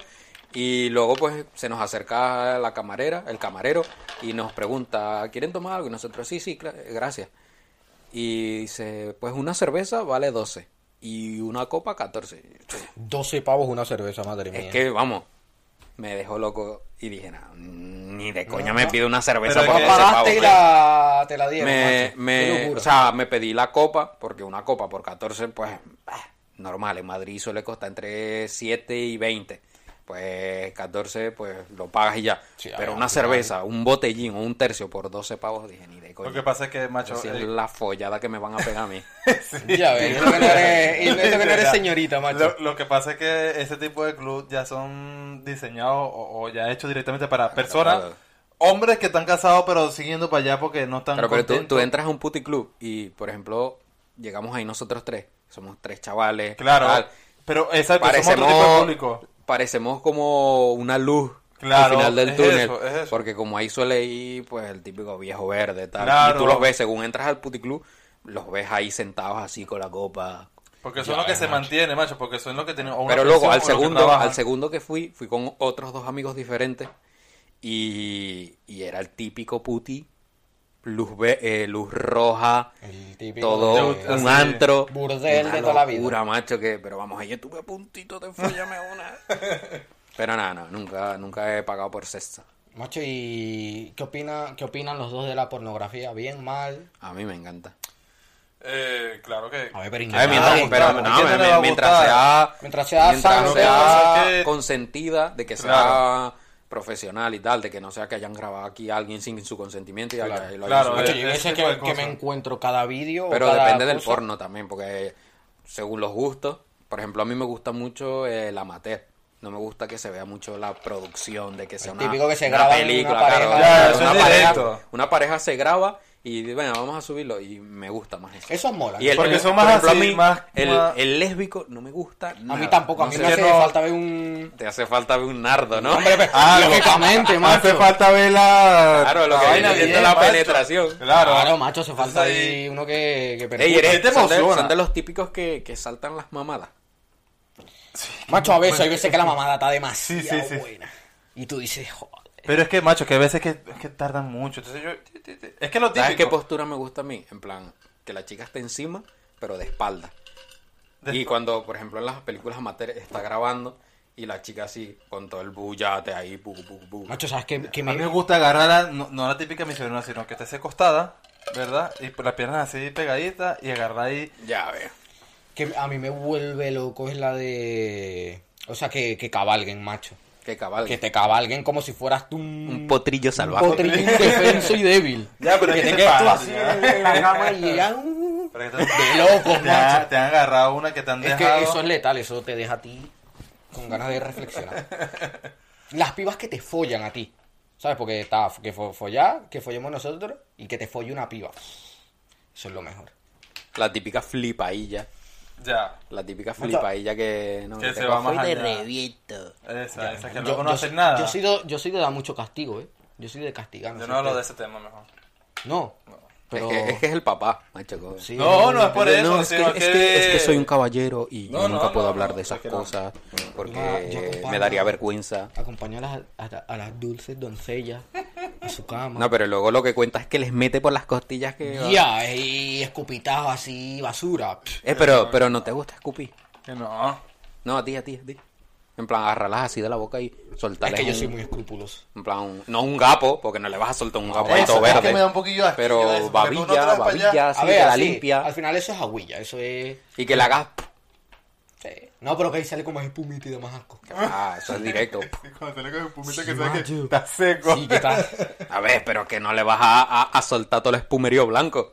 Speaker 1: Y luego, pues, se nos acerca la camarera, el camarero, y nos pregunta, ¿quieren tomar algo? Y nosotros, sí, sí, cla- gracias. Y dice, pues una cerveza vale 12 y una copa 14.
Speaker 3: 12 pavos una cerveza, madre mía.
Speaker 1: Es que, vamos, me dejó loco y dije, "Nah, ni de coña me pido una
Speaker 2: Pero
Speaker 1: cerveza
Speaker 2: es
Speaker 1: por
Speaker 2: que-
Speaker 3: no
Speaker 1: 12 pavos,
Speaker 3: pagaste y
Speaker 1: tío".
Speaker 3: la, te la dieron.
Speaker 1: Me,
Speaker 3: macho. Qué
Speaker 1: pues". me,
Speaker 3: locura.
Speaker 1: o sea, me pedí la copa, porque una copa por 14, pues, bah, normal, en Madrid suele costar entre 7 y 20. Pues 14, pues lo pagas y ya.
Speaker 3: Sí,
Speaker 1: Pero
Speaker 3: ah,
Speaker 1: una
Speaker 3: claro.
Speaker 1: cerveza, un botellín o un tercio por 12 pavos, dije, ni de coña.
Speaker 2: Lo que pasa es que, macho,
Speaker 1: Esa es
Speaker 2: el-
Speaker 1: la follada que me van a pegar a mí.
Speaker 3: [LAUGHS] Ya ves, y no que no
Speaker 1: [LAUGHS]
Speaker 3: eres, y no que no eres señorita, macho.
Speaker 2: Lo, lo que pasa es que ese tipo de club ya son diseñados o, o ya hechos directamente para personas,
Speaker 1: claro.
Speaker 2: hombres que están casados pero siguiendo para allá porque no están
Speaker 1: Claro, pero tú,
Speaker 2: contentos.
Speaker 1: tú entras a un puticlub y, por ejemplo, llegamos ahí nosotros tres. Somos tres chavales.
Speaker 2: Claro,
Speaker 1: tal.
Speaker 2: pero exacto, somos otro tipo de
Speaker 1: parecemos,
Speaker 2: público.
Speaker 1: parecemos como una luz
Speaker 2: Claro,
Speaker 1: al final del
Speaker 2: es
Speaker 1: túnel.
Speaker 2: eso, es eso.
Speaker 1: Porque como ahí suele ir, pues, el típico viejo verde, tal.
Speaker 2: Claro.
Speaker 1: Y tú los ves, según entras al puticlub, los ves ahí sentados así con la copa.
Speaker 2: Porque son los que se mantiene, macho, porque son los que tienen o una
Speaker 1: Pero luego,
Speaker 2: pensión
Speaker 1: al
Speaker 2: o los que
Speaker 1: segundo,
Speaker 2: trabajan.
Speaker 1: al segundo que fui, fui con otros dos amigos diferentes. Y, y era el típico puti. Luz, ve- eh, luz roja,
Speaker 3: El típico
Speaker 1: todo
Speaker 2: de-
Speaker 1: un
Speaker 2: así.
Speaker 1: antro.
Speaker 3: Burdel
Speaker 1: una
Speaker 3: de toda la
Speaker 1: locura,
Speaker 3: vida.
Speaker 1: macho, que, pero vamos, ayer tuve a puntito de follame
Speaker 2: [LAUGHS]
Speaker 1: una. pero nada, no, nunca, nunca he pagado por sexta.
Speaker 3: Macho, ¿y qué, opina, qué opinan los dos de la pornografía? ¿Bien, mal?
Speaker 1: A mí me encanta.
Speaker 2: Eh, claro que...
Speaker 3: A ver, pero
Speaker 1: A ver, mientras,
Speaker 2: le va a
Speaker 1: pero-
Speaker 2: gustar?
Speaker 1: no,
Speaker 2: ¿A quién
Speaker 1: me-
Speaker 2: no le va a
Speaker 1: mientras
Speaker 2: gustar?
Speaker 1: sea,
Speaker 3: Mientras sea sano,
Speaker 1: mientras
Speaker 3: lo
Speaker 2: que
Speaker 1: sea
Speaker 2: pasa es que-
Speaker 1: consentida, de que
Speaker 2: Claro.
Speaker 1: sea profesional y tal, de que no sea que hayan grabado aquí a alguien sin su consentimiento y
Speaker 3: Claro.
Speaker 1: haya- y lo hayan
Speaker 2: Claro,
Speaker 1: subido.
Speaker 3: Macho,
Speaker 2: eh,
Speaker 3: yo
Speaker 2: ese
Speaker 3: veces
Speaker 2: tipo de
Speaker 3: que, que me
Speaker 2: cosas.
Speaker 3: encuentro cada vídeo. o
Speaker 1: Pero
Speaker 3: cada
Speaker 1: depende del
Speaker 3: cosa.
Speaker 1: porno también, porque eh, según los gustos, por ejemplo, a mí me gusta mucho el amateur. No me gusta que se vea mucho la producción de que sea una,
Speaker 3: típico que se
Speaker 1: una
Speaker 3: graba en una
Speaker 1: película,
Speaker 3: pareja.
Speaker 1: claro,
Speaker 2: Ya,
Speaker 1: claro,
Speaker 2: eso
Speaker 1: una,
Speaker 2: es
Speaker 1: pareja,
Speaker 2: directo.
Speaker 1: una pareja se graba y bueno, vamos a subirlo y me gusta más eso.
Speaker 3: Eso mola.
Speaker 1: Y el-
Speaker 2: Porque
Speaker 1: el-
Speaker 2: son
Speaker 1: por
Speaker 2: más
Speaker 1: ejemplo,
Speaker 2: así,
Speaker 1: a mí,
Speaker 2: más-
Speaker 1: el,
Speaker 2: más-
Speaker 1: el lésbico no me gusta
Speaker 3: A mí
Speaker 1: nada.
Speaker 3: tampoco, a
Speaker 1: No
Speaker 3: mí
Speaker 1: sé
Speaker 3: me hace
Speaker 1: si no-
Speaker 3: falta ver un...
Speaker 1: Te hace falta ver un nardo, ¿no?
Speaker 2: Ah, lo-
Speaker 3: Lógicamente,
Speaker 2: [LAUGHS] Hace
Speaker 3: macho.
Speaker 2: falta ver la...
Speaker 1: Claro, lo
Speaker 2: la
Speaker 1: que
Speaker 2: vaina
Speaker 1: viene siendo
Speaker 2: bien,
Speaker 1: la
Speaker 2: macho.
Speaker 1: penetración.
Speaker 2: Claro.
Speaker 3: Claro, macho, hace falta
Speaker 2: Entonces ahí-
Speaker 3: ahí uno que, que
Speaker 1: Ey,
Speaker 3: percute.
Speaker 1: eres-
Speaker 2: ¿qué te
Speaker 1: son, de,
Speaker 2: emociona?
Speaker 1: son de los típicos que, que saltan las mamadas.
Speaker 3: Macho, a veces, hay veces que la mamada está demasiado
Speaker 2: Pues Sí, sí, sí.
Speaker 3: buena. Y tú dices, joder.
Speaker 2: Pero es que, macho, que a veces que, es que tardan mucho. Entonces yo... Es que lo
Speaker 1: ¿Sabes qué
Speaker 2: típico...
Speaker 1: postura me gusta a mí? En plan, que la chica esté encima, pero de espalda.
Speaker 2: De
Speaker 1: Y
Speaker 2: esp-
Speaker 1: cuando, por ejemplo, en las películas amateur está grabando y la chica así, con todo el bullate ahí, bu, bu, bu.
Speaker 3: Macho, ¿sabes qué? Que
Speaker 2: A mí me
Speaker 3: me...
Speaker 2: gusta agarrarla, no, no la típica misionera, sino que esté acostada, ¿verdad? Y pues las piernas así pegaditas y agarrar ahí...
Speaker 1: Ya veo.
Speaker 3: que a mí me vuelve loco es la de... O sea, que, que cabalguen, macho.
Speaker 1: Qué cabal.
Speaker 3: Que te cabalguen como si fueras tú un...
Speaker 1: Un potrillo salvaje.
Speaker 3: Un potrillo indefenso y débil.
Speaker 2: Ya, pero
Speaker 3: que
Speaker 2: es [LAUGHS] que
Speaker 3: te
Speaker 2: se
Speaker 3: quedes tú
Speaker 2: pasa,
Speaker 3: así
Speaker 2: ya.
Speaker 3: en la cama y ya... uh,
Speaker 2: Pero que
Speaker 3: De locos,
Speaker 2: te, han,
Speaker 3: macho.
Speaker 2: te han agarrado una que te han
Speaker 3: Es
Speaker 2: dejado...
Speaker 3: que eso es letal, eso te deja a ti con ganas de reflexionar.
Speaker 2: [LAUGHS]
Speaker 3: Las pibas que te follan a ti, ¿sabes? Porque está que fo- follar, que follemos nosotros y que te folle una piba. Eso es lo mejor.
Speaker 1: La típica flipailla.
Speaker 2: Ya.
Speaker 1: La típica flipailla que... No,
Speaker 2: Que
Speaker 1: te
Speaker 2: se va
Speaker 1: cojo y
Speaker 2: más
Speaker 1: te
Speaker 2: allá.
Speaker 1: reviento.
Speaker 2: Esa, esa que
Speaker 3: Yo-
Speaker 2: luego no
Speaker 3: yo
Speaker 2: hacen
Speaker 3: soy-
Speaker 2: nada.
Speaker 3: Yo soy, de, yo soy de dar mucho castigo, ¿eh? Yo soy de castigar.
Speaker 2: Yo
Speaker 3: sé
Speaker 2: no hablo de
Speaker 3: ustedes.
Speaker 2: ese tema mejor.
Speaker 3: No.
Speaker 1: Es,
Speaker 3: Pero...
Speaker 1: que, es que es el papá, macho.
Speaker 3: Sí.
Speaker 2: No, no es por
Speaker 1: No,
Speaker 2: eso,
Speaker 1: es, que,
Speaker 2: sino
Speaker 1: es que- es que soy un caballero y
Speaker 2: No,
Speaker 1: yo
Speaker 2: no,
Speaker 1: nunca puedo
Speaker 2: no,
Speaker 1: hablar
Speaker 2: no,
Speaker 1: de
Speaker 2: es
Speaker 1: esas
Speaker 2: que no.
Speaker 1: cosas
Speaker 3: Yo- yo
Speaker 1: porque
Speaker 3: acompaño-
Speaker 1: me daría vergüenza.
Speaker 3: Acompañó a las, a, a las dulces doncellas a su
Speaker 1: [LAUGHS]
Speaker 3: cama.
Speaker 1: No, pero luego lo que cuenta es que les mete por las costillas que...
Speaker 3: Ya, y escupitajo así, basura. Pff.
Speaker 1: Eh, pero, pero no te gusta escupir.
Speaker 2: Que no.
Speaker 1: No, a ti, a ti, a ti. En plan, agarralas así de la boca y soltarles
Speaker 3: Es que yo
Speaker 1: un-
Speaker 3: soy muy escrupuloso.
Speaker 1: En plan, un- no un gapo, porque no le vas a soltar un gapo
Speaker 2: Eso,
Speaker 1: ahí todo
Speaker 2: es que
Speaker 1: verde.
Speaker 2: me da un poquillo de asquillo
Speaker 1: pero
Speaker 2: eso, porque uno
Speaker 1: babilla,
Speaker 2: trae para allá.
Speaker 1: babilla, así que la
Speaker 3: así,
Speaker 1: limpia.
Speaker 3: Al final eso es agüilla, eso es...
Speaker 1: Y que la hagas...
Speaker 3: sí. No, pero que ahí sale como espumita y da más asco.
Speaker 1: Ah, eso es directo.
Speaker 4: Cuando te le coges un pumito
Speaker 3: Sí,
Speaker 4: que sabes que
Speaker 3: macho.
Speaker 4: está seco.
Speaker 3: Sí, ¿qué tal?
Speaker 1: [LAUGHS] A ver, pero que no le vas a, a, a soltar todo el espumerío blanco.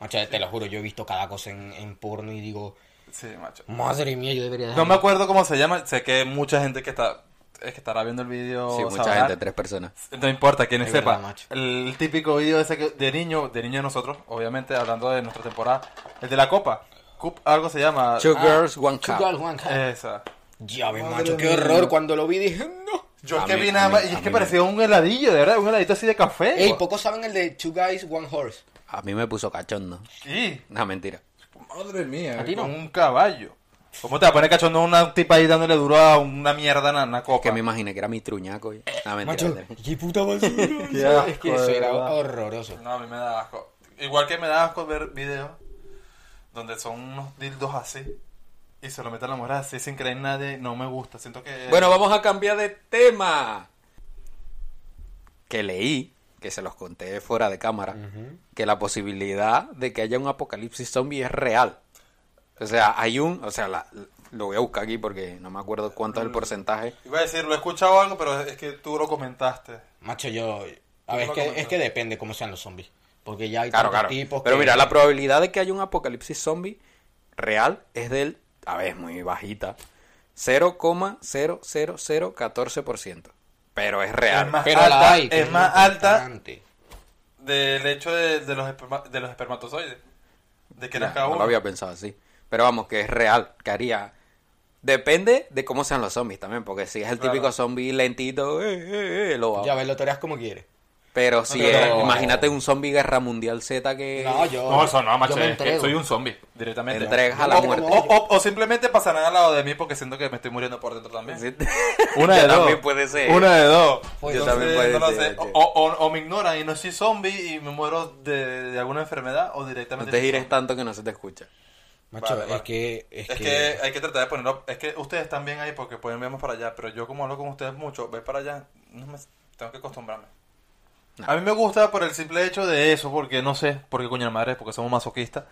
Speaker 3: Macho, te lo juro, yo he visto cada cosa en, en porno y digo...
Speaker 2: Sí, macho.
Speaker 3: Madre mía, yo debería
Speaker 2: No
Speaker 3: dejar...
Speaker 2: me acuerdo cómo se llama. Sé que mucha gente que está es que estará viendo el vídeo.
Speaker 1: sí, mucha
Speaker 2: Oh, sabrá.
Speaker 1: gente, tres personas.
Speaker 2: No importa, quienes
Speaker 3: Es
Speaker 2: sepa.
Speaker 3: verdad, macho.
Speaker 2: el típico vídeo ese que- de niño, de niño de nosotros, obviamente, hablando de nuestra temporada. El de la copa. Cup, algo se llama.
Speaker 1: Two
Speaker 3: Ah,
Speaker 1: girls, one
Speaker 3: Chico,
Speaker 1: cup.
Speaker 3: al Juan, ja.
Speaker 2: Esa.
Speaker 3: Ya ves, macho, qué horror. Cuando lo vi dije, no.
Speaker 2: Yo
Speaker 1: A
Speaker 2: es que
Speaker 1: mí-
Speaker 2: vi
Speaker 1: a
Speaker 2: nada
Speaker 1: mí-
Speaker 2: más.
Speaker 1: a
Speaker 2: Y es
Speaker 1: mí
Speaker 2: que
Speaker 1: me-
Speaker 2: parecía un heladillo, de verdad. Un heladito así de café.
Speaker 3: Ey,
Speaker 2: guau.
Speaker 3: pocos saben el de Two Guys, One Horse.
Speaker 1: A mí me puso cachondo.
Speaker 2: Sí,
Speaker 1: No, mentira.
Speaker 4: Madre mía.
Speaker 3: ¿A ti no?
Speaker 2: con un caballo. ¿Cómo te va a poner cachondo una tipa ahí dándole duro a una mierda en una copa?
Speaker 1: Que me imaginé que era mi truñaco. y- No, mentira.
Speaker 3: Macho,
Speaker 1: mentira.
Speaker 3: qué puta basura.
Speaker 4: Qué asco,
Speaker 3: es que eso
Speaker 4: de
Speaker 3: era
Speaker 4: verdad.
Speaker 3: horroroso.
Speaker 2: No, a mí me da asco. Igual que me da asco ver videos donde son unos dildos así y se lo meten a la mujer así sin creer en nadie. No me gusta. Siento que.
Speaker 1: Bueno, vamos a cambiar de tema. Que leí, que se los conté fuera de cámara, que la posibilidad de que haya un apocalipsis zombie es real. O sea, hay un, o sea, la- lo voy a buscar aquí porque no me acuerdo cuánto
Speaker 2: Mm.
Speaker 1: es el porcentaje.
Speaker 2: Iba a decir, lo he escuchado algo, pero es que tú lo comentaste.
Speaker 3: Macho, yo. A
Speaker 2: Tú
Speaker 3: ver, es
Speaker 2: lo
Speaker 3: que,
Speaker 2: comentas.
Speaker 3: es que depende cómo sean los zombies. Porque ya hay
Speaker 1: Claro,
Speaker 3: tantos
Speaker 1: claro.
Speaker 3: tipos.
Speaker 1: Pero
Speaker 3: que-
Speaker 1: mira, la probabilidad de que haya un apocalipsis zombie real es del, a ver, es muy bajita, 0,00014%. Pero es real.
Speaker 2: Es más-
Speaker 3: Pero la
Speaker 2: alta,
Speaker 3: hay, que
Speaker 2: es más
Speaker 3: lo
Speaker 2: alta.
Speaker 3: importante.
Speaker 2: Del hecho de, de los, esperma- de los espermatozoides. De que
Speaker 1: Ya,
Speaker 2: nazca
Speaker 1: no
Speaker 2: uno.
Speaker 1: lo había pensado así. Pero vamos, que es real, que haría. Depende de cómo sean los zombies también, porque si es el
Speaker 2: Claro.
Speaker 1: típico zombie lentito, eh, eh, eh, lo va.
Speaker 3: Ya ves, lo toreas como quieres.
Speaker 1: Pero si
Speaker 2: Pero-
Speaker 1: es- imagínate un zombie guerra mundial Z que [LAUGHS]
Speaker 3: No, yo.
Speaker 2: No, eso no, macho.
Speaker 3: Yo me
Speaker 2: es que
Speaker 3: entrego.
Speaker 2: soy un zombie, directamente.
Speaker 1: entregas a
Speaker 2: O,
Speaker 1: la
Speaker 2: o-
Speaker 1: muerte.
Speaker 2: o- o simplemente pasarán al lado de mí porque siento que me estoy muriendo por dentro también.
Speaker 1: Sí. [LAUGHS]
Speaker 2: Una
Speaker 1: Yo
Speaker 2: de
Speaker 1: también
Speaker 2: dos.
Speaker 1: puede ser.
Speaker 2: Una de dos.
Speaker 3: Pues
Speaker 1: Yo
Speaker 3: entonces,
Speaker 1: también puede
Speaker 2: Eh, no lo
Speaker 1: ser.
Speaker 2: sé. O, o- o me ignoran y no soy zombie y me muero de, de alguna enfermedad o
Speaker 1: No
Speaker 2: directamente.
Speaker 1: te
Speaker 2: soy
Speaker 1: gires
Speaker 2: zombie.
Speaker 1: tanto que no se te escucha.
Speaker 3: Macho,
Speaker 2: Vale,
Speaker 3: es,
Speaker 2: vale.
Speaker 3: Que, es,
Speaker 2: Es que hay que tratar de ponerlo. Es que ustedes están bien ahí porque pueden vernos para allá, pero yo como hablo con ustedes mucho, voy para allá, no me- tengo que acostumbrarme.
Speaker 1: No.
Speaker 2: A mí me gusta por el simple hecho de eso, porque no sé, porque coño de madre, porque somos masoquistas.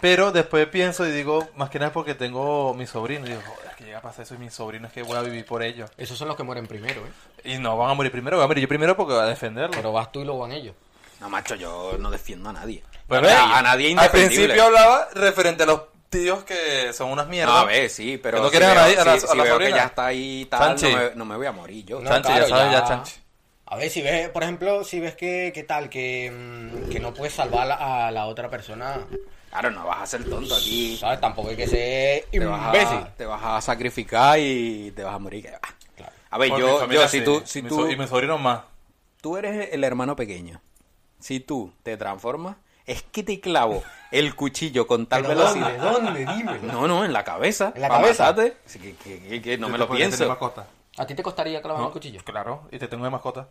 Speaker 2: Pero después pienso y digo, más que nada es porque tengo mi sobrino. Y digo, joder, es que llega a pasar eso y mis sobrinos que voy a vivir por ellos.
Speaker 3: Esos son los que mueren primero, ¿eh?
Speaker 2: Y no, van a morir primero, voy a morir yo primero porque voy a defenderlo.
Speaker 3: Pero vas tú y lo van ellos.
Speaker 1: No, macho, yo no defiendo a nadie.
Speaker 2: Pues
Speaker 1: O sea,
Speaker 2: ve,
Speaker 1: a nadie
Speaker 2: Al
Speaker 1: indefendible.
Speaker 2: principio hablaba referente a los tíos que son unas
Speaker 1: No,
Speaker 2: mierdas.
Speaker 1: a ver, sí, pero
Speaker 2: Que no
Speaker 1: si
Speaker 2: quieren a
Speaker 1: veo,
Speaker 2: nadie- a la-
Speaker 1: si-
Speaker 2: a
Speaker 1: si
Speaker 2: la
Speaker 1: veo que
Speaker 2: sobrina.
Speaker 1: ya está ahí y tal, no
Speaker 2: Sanchi.
Speaker 1: me, no me voy a morir yo.
Speaker 3: No,
Speaker 2: Chanchi, ya sabes, ya, Chanchi.
Speaker 3: A ver, si ves, por ejemplo, si ves que, que tal, que, mm, que no puedes salvar a, a la otra persona,
Speaker 1: Claro, no vas a ser tonto aquí.
Speaker 3: ¿sabes? Tampoco hay que ser
Speaker 1: te vas,
Speaker 3: imbécil.
Speaker 1: a, te vas a sacrificar y te vas a morir. que va.
Speaker 3: Claro.
Speaker 1: A ver,
Speaker 2: Por mi
Speaker 1: yo,
Speaker 2: familia,
Speaker 1: yo si
Speaker 2: sí.
Speaker 1: tú, si
Speaker 2: Mi
Speaker 1: tú,
Speaker 2: so- y mis sobrinos más.
Speaker 1: tú eres el hermano pequeño, si tú te transformas, es que te clavo el cuchillo con tal
Speaker 3: Pero
Speaker 1: velocidad.
Speaker 3: ¿Dónde? Dime.
Speaker 1: No, no, en la cabeza.
Speaker 3: ¿En la
Speaker 1: pa'
Speaker 3: cabeza?
Speaker 1: matarte. Sí, que, que- que- que no
Speaker 2: Yo
Speaker 1: me
Speaker 2: te
Speaker 1: lo
Speaker 2: podría tener
Speaker 1: pienso.
Speaker 2: mascota.
Speaker 3: ¿A ti te costaría clavar el cuchillo?
Speaker 2: Claro, y te tengo de mascota.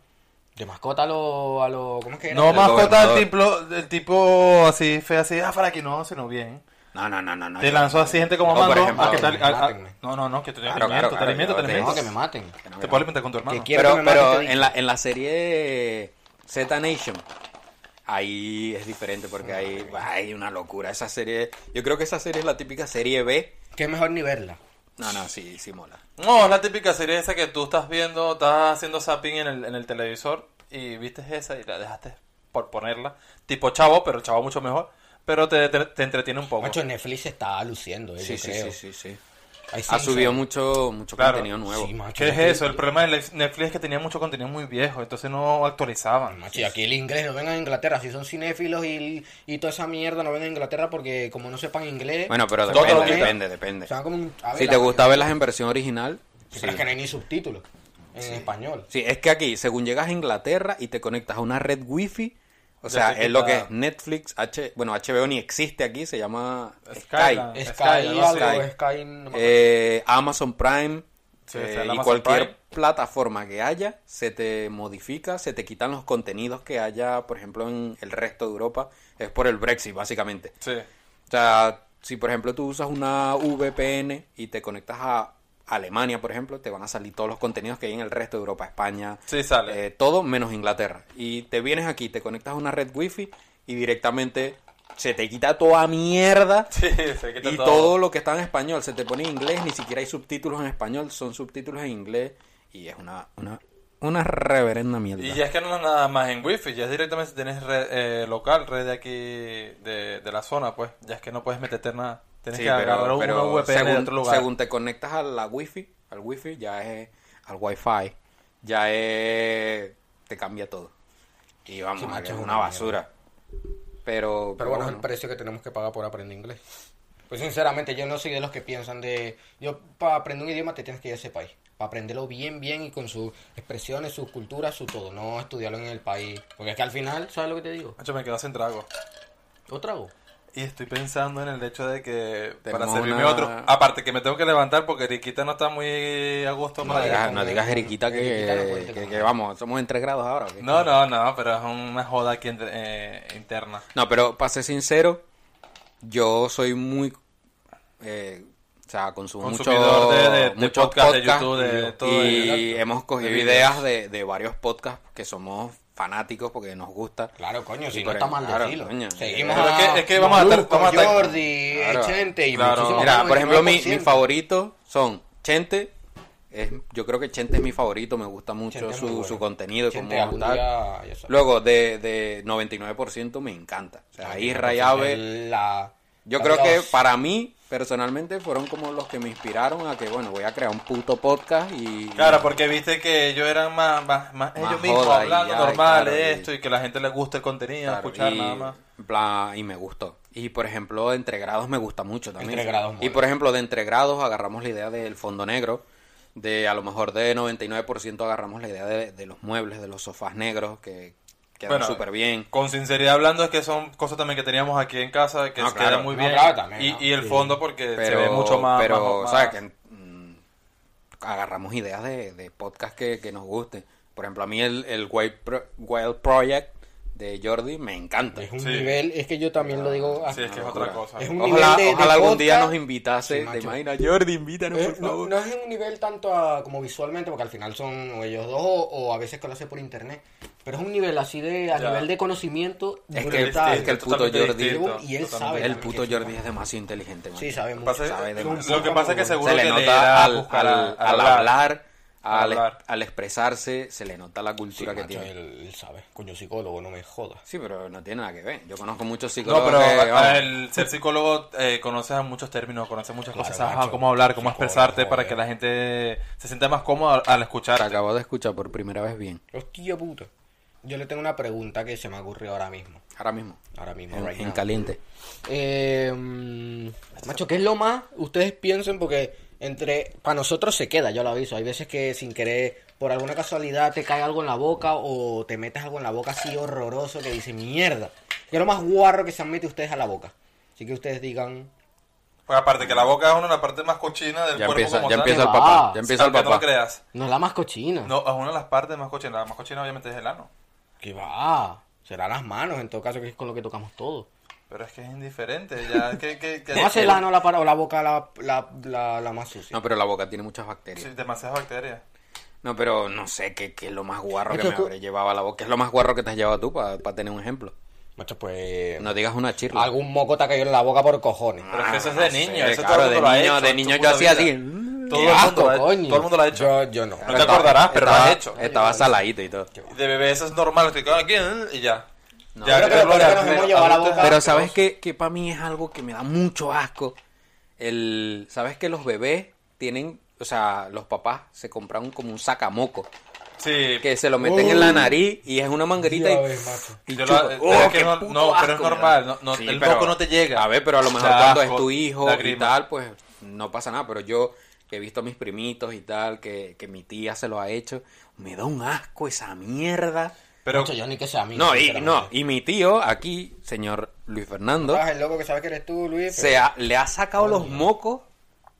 Speaker 3: De mascota a lo. A lo ¿Cómo es que era?
Speaker 2: No
Speaker 1: el
Speaker 2: mascota
Speaker 1: gobernador.
Speaker 2: del tipo, del tipo así, feo, así, ah, para aquí no, sino bien.
Speaker 1: No, no, no, no. no
Speaker 2: Te
Speaker 1: yo-
Speaker 2: lanzó así gente como
Speaker 1: Ah, No, por
Speaker 2: mando.
Speaker 1: ejemplo,
Speaker 2: ah, ¿qué tal?
Speaker 3: que me
Speaker 2: Ah, ah,
Speaker 3: maten.
Speaker 2: no, no, no, que te
Speaker 1: Claro,
Speaker 2: alimento,
Speaker 1: claro,
Speaker 2: te
Speaker 1: claro,
Speaker 2: alimento, te
Speaker 1: yo-
Speaker 3: No,
Speaker 2: alimento.
Speaker 3: que me maten.
Speaker 1: que no me
Speaker 2: Te
Speaker 1: lo-
Speaker 2: puedo alimentar con tu hermano.
Speaker 3: Que quiero
Speaker 1: Pero,
Speaker 3: que me
Speaker 1: pero
Speaker 3: mate, te
Speaker 1: en, la, en la serie Z Nation, ahí es diferente porque
Speaker 3: Ah,
Speaker 1: hay, hay una locura. Esa serie, yo creo que esa serie es la típica serie B.
Speaker 3: digo. Que es mejor ni verla.
Speaker 1: No, no, sí, sí mola.
Speaker 2: No, es la típica serie esa que tú estás viendo, estás haciendo zapping en el, en el televisor y viste esa y la dejaste por ponerla. Tipo chavo, pero el chavo mucho mejor. Pero te, te, te entretiene un poco.
Speaker 3: Macho, Netflix se está luciendo, eh,
Speaker 1: Sí,
Speaker 3: yo
Speaker 1: sí,
Speaker 3: creo.
Speaker 1: sí, sí, sí.
Speaker 3: Hay
Speaker 1: Ha
Speaker 3: Simpsons.
Speaker 1: subido mucho, mucho
Speaker 2: Claro.
Speaker 1: contenido nuevo.
Speaker 3: Sí, macho.
Speaker 2: ¿Qué es eso? El problema de Netflix es que tenía mucho contenido muy viejo, entonces no actualizaban.
Speaker 3: Macho, y aquí el inglés no vengan a Inglaterra. Si son cinéfilos y, y toda esa mierda, no vengan a Inglaterra porque, como no sepan inglés.
Speaker 1: Bueno, pero
Speaker 3: son
Speaker 1: depende,
Speaker 3: todos los
Speaker 1: depende,
Speaker 3: días.
Speaker 1: depende.
Speaker 3: O sea, como un- a ver,
Speaker 1: Si
Speaker 3: la-
Speaker 1: te gusta verlas en versión original,
Speaker 3: Pero
Speaker 1: sí.
Speaker 3: es que no hay ni subtítulos en español.
Speaker 1: Sí, es que aquí, según llegas a Inglaterra y te conectas a una red wifi, O
Speaker 2: Ya
Speaker 1: sea,
Speaker 2: sé que
Speaker 1: es lo que
Speaker 2: está-
Speaker 1: es Netflix, H, bueno, HBO ni existe aquí, se llama Sky.
Speaker 2: Skyland.
Speaker 3: Sky,
Speaker 2: Sky, algo así.
Speaker 3: algo, Sky, no me acuerdo.
Speaker 1: Eh, Amazon Prime
Speaker 2: Sí,
Speaker 1: eh,
Speaker 2: está el
Speaker 1: y
Speaker 2: Amazon
Speaker 1: cualquier
Speaker 2: Prime.
Speaker 1: plataforma que haya, se te modifica, se te quitan los contenidos que haya, por ejemplo, en el resto de Europa. Es por el Brexit, básicamente.
Speaker 2: Sí.
Speaker 1: O sea, si por ejemplo tú usas una VPN y te conectas a Alemania, por ejemplo, te van a salir todos los contenidos que hay en el resto de Europa, España,
Speaker 2: Sí, sale.
Speaker 1: eh, todo menos Inglaterra. Y te vienes aquí, te conectas a una red wifi y directamente se te quita toda mierda
Speaker 2: [LAUGHS] Sí, se quita
Speaker 1: y todo.
Speaker 2: todo.
Speaker 1: lo que está en español se te pone en inglés, ni siquiera hay subtítulos en español, son subtítulos en inglés y es una, una, una reverenda mierda.
Speaker 2: Y ya es que no es nada más en wifi, ya es directamente si tienes red eh, local, red de aquí de, de la zona, pues. Ya es que no puedes meterte en nada. Tienes
Speaker 1: Sí,
Speaker 2: que
Speaker 1: pero-
Speaker 2: agarrar un-
Speaker 1: pero
Speaker 2: una VPN
Speaker 1: según,
Speaker 2: de otro lugar.
Speaker 1: según te conectas a la wifi, al wifi ya es al wifi, ya es te cambia todo. Y vamos,
Speaker 3: Sí,
Speaker 1: a
Speaker 3: macho,
Speaker 1: que es
Speaker 3: es
Speaker 1: una
Speaker 3: una
Speaker 1: basura. Pero,
Speaker 3: Pero bueno, es el precio que tenemos que pagar por aprender inglés. Pues sinceramente, yo no soy de los que piensan de... Yo, para aprender un idioma te tienes que ir a ese país. Para aprenderlo bien, bien y con sus expresiones, sus culturas, su todo. No estudiarlo en el país. Porque es que al final, ¿sabes lo que te digo?
Speaker 2: Macho, me quedo sin trago.
Speaker 3: ¿Otro trago?
Speaker 2: Y estoy pensando en el hecho de que para
Speaker 1: Tenemos
Speaker 2: servirme
Speaker 1: una-
Speaker 2: otro. Aparte que me tengo que levantar porque Riquita no está muy a gusto
Speaker 1: no
Speaker 2: para-
Speaker 1: digas, no digas Eriquita
Speaker 3: Eriquita no
Speaker 1: que,
Speaker 3: cuenta
Speaker 1: que-
Speaker 3: con
Speaker 1: que
Speaker 3: nada.
Speaker 1: vamos, somos en tres grados ahora. ¿o qué?
Speaker 2: No, no, no, pero es una joda aquí entre- eh, interna.
Speaker 1: No, pero para ser sincero, yo soy muy. eh, o sea, consumo mucho,
Speaker 2: Consumidor de- de- de
Speaker 1: muchos
Speaker 2: podcast, de
Speaker 1: podcasts
Speaker 2: YouTube, de
Speaker 1: y-
Speaker 2: todo
Speaker 1: y
Speaker 2: el-
Speaker 1: hemos cogido
Speaker 2: de videos.
Speaker 1: ideas de, de varios podcasts que somos fanáticos porque nos gusta.
Speaker 3: Claro, coño,
Speaker 1: Sí,
Speaker 3: si no
Speaker 1: pero-
Speaker 3: está mal
Speaker 1: claro,
Speaker 3: decirlo.
Speaker 1: coño.
Speaker 3: Seguimos
Speaker 2: Pero
Speaker 3: a
Speaker 2: es que- es que vamos a
Speaker 3: Molusco,
Speaker 2: estar- vamos a estar-
Speaker 3: Jordi,
Speaker 1: Claro,
Speaker 3: Chente y
Speaker 2: claro.
Speaker 3: muchísimos
Speaker 1: Mira,
Speaker 3: más,
Speaker 1: por ejemplo, mi,
Speaker 3: 99%.
Speaker 1: mis favoritos son Chente. Es, yo creo que Chente es mi favorito, me gusta mucho
Speaker 3: Chente es
Speaker 1: su,
Speaker 3: muy bueno.
Speaker 1: su contenido.
Speaker 3: Chente,
Speaker 1: cómo
Speaker 3: algún
Speaker 1: tal.
Speaker 3: día, ya sabes.
Speaker 1: Luego, de, de 99% me encanta. O sea, ahí Rayabe.
Speaker 3: La-
Speaker 1: Yo
Speaker 3: la
Speaker 1: creo que
Speaker 3: Dios.
Speaker 1: para mí, personalmente, fueron como los que me inspiraron a que, bueno, voy a crear un puto podcast y...
Speaker 2: Claro, porque viste que ellos eran más, más, más ellos
Speaker 1: Más
Speaker 2: mismos
Speaker 1: joda y ya,
Speaker 2: hablando
Speaker 1: y
Speaker 2: normal
Speaker 1: claro,
Speaker 2: de
Speaker 1: y-
Speaker 2: esto y que la gente les gusta el contenido,
Speaker 1: Claro,
Speaker 2: escuchar
Speaker 1: y,
Speaker 2: nada más.
Speaker 1: en plan, y me gustó. Y, por ejemplo, Entre Grados me gusta mucho también.
Speaker 3: Entre Grados
Speaker 1: y,
Speaker 3: mola.
Speaker 1: por ejemplo, de Entre Grados agarramos la idea del fondo negro. De, a lo mejor, de 99% agarramos la idea de, de los muebles, de los sofás negros, que quedan
Speaker 2: Bueno,
Speaker 1: súper bien.
Speaker 2: Con sinceridad hablando, es que son cosas también que teníamos aquí en casa que
Speaker 1: No,
Speaker 2: se quedan
Speaker 1: claro.
Speaker 2: muy
Speaker 3: No,
Speaker 2: bien.
Speaker 3: claro, también,
Speaker 2: y,
Speaker 3: ¿no?
Speaker 2: y el
Speaker 3: Sí.
Speaker 2: fondo porque
Speaker 1: pero,
Speaker 2: se ve mucho más.
Speaker 1: pero
Speaker 2: más-
Speaker 1: sabes
Speaker 2: más-
Speaker 1: que mm, agarramos ideas de, de podcast que, que nos gusten por ejemplo a mí el, el Wild, Pro- Wild Project de Jordi me encanta
Speaker 3: Es un
Speaker 2: Sí.
Speaker 3: nivel, es que yo también lo digo.
Speaker 2: Sí, es que es otra cosa.
Speaker 3: Es un
Speaker 1: ojalá,
Speaker 3: nivel de- de
Speaker 1: ojalá algún día
Speaker 3: podcast.
Speaker 1: nos invitase
Speaker 3: Sí,
Speaker 1: te
Speaker 3: macho.
Speaker 1: imaginas Jordi invítanos
Speaker 3: Eh,
Speaker 1: por
Speaker 3: no,
Speaker 1: favor
Speaker 3: no es un nivel tanto a- como visualmente, porque al final son o ellos dos o, o a veces que lo hace por internet. Pero es un nivel así de, a
Speaker 2: Ya.
Speaker 3: nivel de conocimiento
Speaker 1: Es que-
Speaker 3: brutal.
Speaker 1: es que el puto
Speaker 2: totalmente
Speaker 1: Jordi-
Speaker 2: distinto,
Speaker 3: Y él
Speaker 2: totalmente
Speaker 3: sabe
Speaker 1: el
Speaker 2: distinto.
Speaker 1: puto Jordi es demasiado inteligente macho.
Speaker 3: Sí, sabe
Speaker 2: Lo
Speaker 3: mucho.
Speaker 2: que pasa es-
Speaker 1: sabe de más.
Speaker 2: Lo que pasa es que seguro
Speaker 1: se le
Speaker 2: que le
Speaker 1: nota
Speaker 2: irá a
Speaker 1: al,
Speaker 2: buscar
Speaker 1: al-
Speaker 2: a-
Speaker 1: al hablar al,
Speaker 2: hablar.
Speaker 1: al expresarse se le nota la
Speaker 3: Sí,
Speaker 1: cultura que
Speaker 3: macho,
Speaker 1: tiene
Speaker 3: Él, él sabe. Coño, psicólogo, no me jodas.
Speaker 1: sí pero no tiene nada que ver yo conozco muchos
Speaker 2: No,
Speaker 1: psicólogos
Speaker 2: pero
Speaker 1: que, vamos,
Speaker 2: al ser psicólogo eh, conoces a muchos términos, conoces muchas
Speaker 3: Claro,
Speaker 2: cosas, sabes
Speaker 3: macho.
Speaker 2: a cómo hablar, cómo
Speaker 3: Psicólogo,
Speaker 2: expresarte para
Speaker 3: joder.
Speaker 2: que la gente se sienta más cómoda al- al
Speaker 1: te
Speaker 2: escucharte.
Speaker 1: acabo de escuchar por primera vez bien
Speaker 3: Hostia puta. Yo le tengo una pregunta que se me ocurrió ahora mismo.
Speaker 1: Ahora mismo.
Speaker 3: Ahora mismo,
Speaker 1: En,
Speaker 3: right
Speaker 1: en
Speaker 3: now.
Speaker 1: caliente.
Speaker 3: Eh, mm, macho, ¿qué es lo más? Ustedes piensen porque entre para nosotros se queda, yo lo aviso. Hay veces que sin querer, por alguna casualidad, te cae algo en la boca o te metes algo en la boca así horroroso que dice mierda. ¿Qué es lo más guarro que se han metido ustedes a la boca? Así que ustedes digan,
Speaker 2: Pues aparte que la boca es una de las partes más cochina del
Speaker 1: Ya
Speaker 2: cuerpo
Speaker 1: empieza,
Speaker 2: como
Speaker 1: ya
Speaker 2: tal.
Speaker 1: empieza el
Speaker 3: Va.
Speaker 1: papá. Ya empieza el
Speaker 2: Aunque no lo
Speaker 1: papá.
Speaker 2: creas.
Speaker 3: no es la más cochina.
Speaker 2: No, es una de las partes más cochinas. La más cochina obviamente es el ano.
Speaker 3: Que va, será las manos en todo caso, que es con lo que tocamos todo.
Speaker 2: Pero es que es indiferente. Ya, que, que, que-
Speaker 3: [LAUGHS] No hace la, no la para o la boca la, la, la, la más sucia.
Speaker 1: No, pero la boca tiene muchas bacterias.
Speaker 2: Sí, demasiadas bacterias.
Speaker 1: No, pero no sé qué, qué es lo más guarro que
Speaker 3: Macho,
Speaker 1: me
Speaker 3: tú-
Speaker 1: habré llevado a la boca. ¿Qué es lo más guarro que te has llevado tú para tener un ejemplo?
Speaker 3: Macho, pues
Speaker 1: No digas una chirla.
Speaker 3: algún moco te ha caído en la boca por cojones.
Speaker 2: Pero es
Speaker 1: Ah,
Speaker 2: que eso es
Speaker 1: no
Speaker 2: de
Speaker 1: sé,
Speaker 2: niño.
Speaker 1: claro,
Speaker 2: eso todo el
Speaker 1: de
Speaker 2: mundo lo ha
Speaker 1: niño-
Speaker 2: hecho
Speaker 1: de
Speaker 2: en su
Speaker 1: niño yo
Speaker 2: puta
Speaker 1: hacía
Speaker 2: vida.
Speaker 1: así, mm,
Speaker 2: Todo
Speaker 3: qué
Speaker 2: el mundo
Speaker 3: asco,
Speaker 2: lo ha-
Speaker 3: coño.
Speaker 2: Todo el mundo lo ha hecho.
Speaker 3: Yo, yo no.
Speaker 2: No te acordarás, pero lo has
Speaker 1: Estaba-
Speaker 2: hecho.
Speaker 1: Estaba saladito y todo.
Speaker 2: De bebé eso es normal. Que quedan aquí ¿eh? y ya. ya
Speaker 3: Pero-
Speaker 2: que
Speaker 3: pero-
Speaker 2: lo
Speaker 3: pero
Speaker 2: hagas,
Speaker 3: nos hemos
Speaker 2: ¿no?
Speaker 3: llevado la
Speaker 2: Adultos-
Speaker 3: boca-
Speaker 1: Pero ¿sabes qué? Que para mí es algo que me da mucho asco. El, ¿Sabes que los bebés tienen... O sea, los papás se compraron como un sacamoco.
Speaker 2: Sí.
Speaker 1: Que se lo meten en la nariz y es una manguerita y...
Speaker 2: Yo
Speaker 1: Y
Speaker 2: lo-
Speaker 1: chupa.
Speaker 2: eh,
Speaker 1: ¡Oh,
Speaker 2: es que
Speaker 1: qué
Speaker 2: no,
Speaker 1: puto
Speaker 2: no, pero es
Speaker 1: asco,
Speaker 2: normal.
Speaker 1: mira!
Speaker 2: No, no,
Speaker 1: Sí,
Speaker 2: el
Speaker 1: pero-
Speaker 2: moco no te llega.
Speaker 1: A ver, pero a lo mejor
Speaker 2: Da
Speaker 1: cuando
Speaker 2: asco,
Speaker 1: es tu hijo y
Speaker 2: lágrima.
Speaker 1: tal, pues no pasa nada. Pero yo que he visto a mis primitos y tal, que, que mi tía se lo ha hecho, me da un asco esa mierda.
Speaker 2: Pero
Speaker 3: Macho, yo ni que sea amigo.
Speaker 1: No, y,
Speaker 3: sinceramente.
Speaker 1: no, y mi tío aquí, señor Luis Fernando,
Speaker 3: Ah, el loco que sabes que eres tú, Luis. pero-
Speaker 1: se ha- le ha sacado los mocos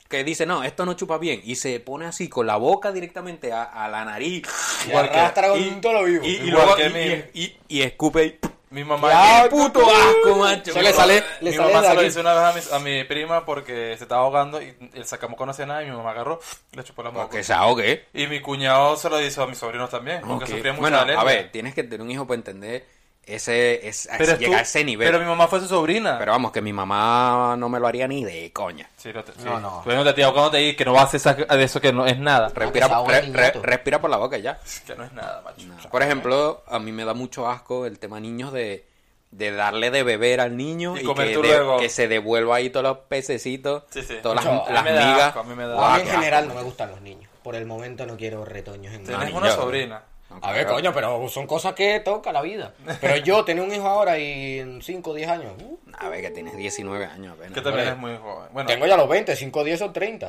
Speaker 1: que dice, no, esto no chupa bien. Y se pone así con la boca directamente a, a la nariz.
Speaker 3: Y arrastra con todo lo vivo.
Speaker 1: Y, y
Speaker 2: Igual
Speaker 1: luego-
Speaker 2: que
Speaker 1: y-
Speaker 2: mí.
Speaker 1: y- y- y escupe y...
Speaker 2: mi mamá...
Speaker 3: Ya,
Speaker 1: ¡Qué puto asco, macho!
Speaker 3: Se le sale- le
Speaker 2: mi
Speaker 3: sale
Speaker 2: mamá
Speaker 3: de
Speaker 2: se lo
Speaker 3: aquí.
Speaker 2: hizo una vez a mis- a mi, prima porque se estaba ahogando y el sacamoco no hacía nada y mi mamá agarró, le chupó la boca.
Speaker 1: Porque se ahogue.
Speaker 2: Y mi cuñado se lo hizo a mis sobrinos también, porque
Speaker 1: Ok.
Speaker 2: sufría mucha
Speaker 1: Bueno,
Speaker 2: alergia.
Speaker 1: a ver, tienes que tener un hijo para entender ese, es- a-
Speaker 2: pero
Speaker 1: llegar a
Speaker 2: tú-
Speaker 1: ese nivel.
Speaker 2: Pero
Speaker 1: Pero,
Speaker 2: mi mamá fue su sobrina.
Speaker 1: vamos, que mi mamá no me lo haría ni de coña.
Speaker 2: Sí, no, te, sí.
Speaker 3: No, no.
Speaker 2: Tú no te tío, cuando te di que no vas a esa- a eso que no es nada.
Speaker 1: Respira,
Speaker 3: se ahogue
Speaker 1: re-
Speaker 3: el
Speaker 1: re-
Speaker 3: niñato.
Speaker 1: respira por la boca y ya.
Speaker 2: Que no es nada, macho.
Speaker 1: Por ejemplo, a mí me da mucho asco el tema niños de, de darle de beber al niño
Speaker 2: Y
Speaker 1: y,
Speaker 2: comer
Speaker 1: que,
Speaker 2: tú
Speaker 1: de-
Speaker 2: luego.
Speaker 1: que se devuelva ahí todos los pececitos,
Speaker 2: Sí, sí.
Speaker 1: todas
Speaker 3: Mucho-
Speaker 1: las,
Speaker 3: a mí
Speaker 1: las
Speaker 2: me da
Speaker 1: migas.
Speaker 2: asco, a mí me da
Speaker 1: Guau,
Speaker 3: A mí en
Speaker 1: Ah, qué
Speaker 3: general
Speaker 1: asco.
Speaker 3: no me gustan los niños. Por el momento no quiero retoños en mi
Speaker 2: Tenés
Speaker 1: ni
Speaker 2: una
Speaker 1: yo.
Speaker 2: sobrina.
Speaker 1: No,
Speaker 3: A ver,
Speaker 1: claro.
Speaker 3: coño, pero son cosas que toca la vida. Pero yo tenía un hijo ahora y en 5 o 10 años. uh,
Speaker 1: A ver, que tienes 19 años apenas.
Speaker 2: Que también
Speaker 3: Hombre.
Speaker 2: es muy joven. Bueno,
Speaker 3: tengo ya los 20, 5 10 son 30.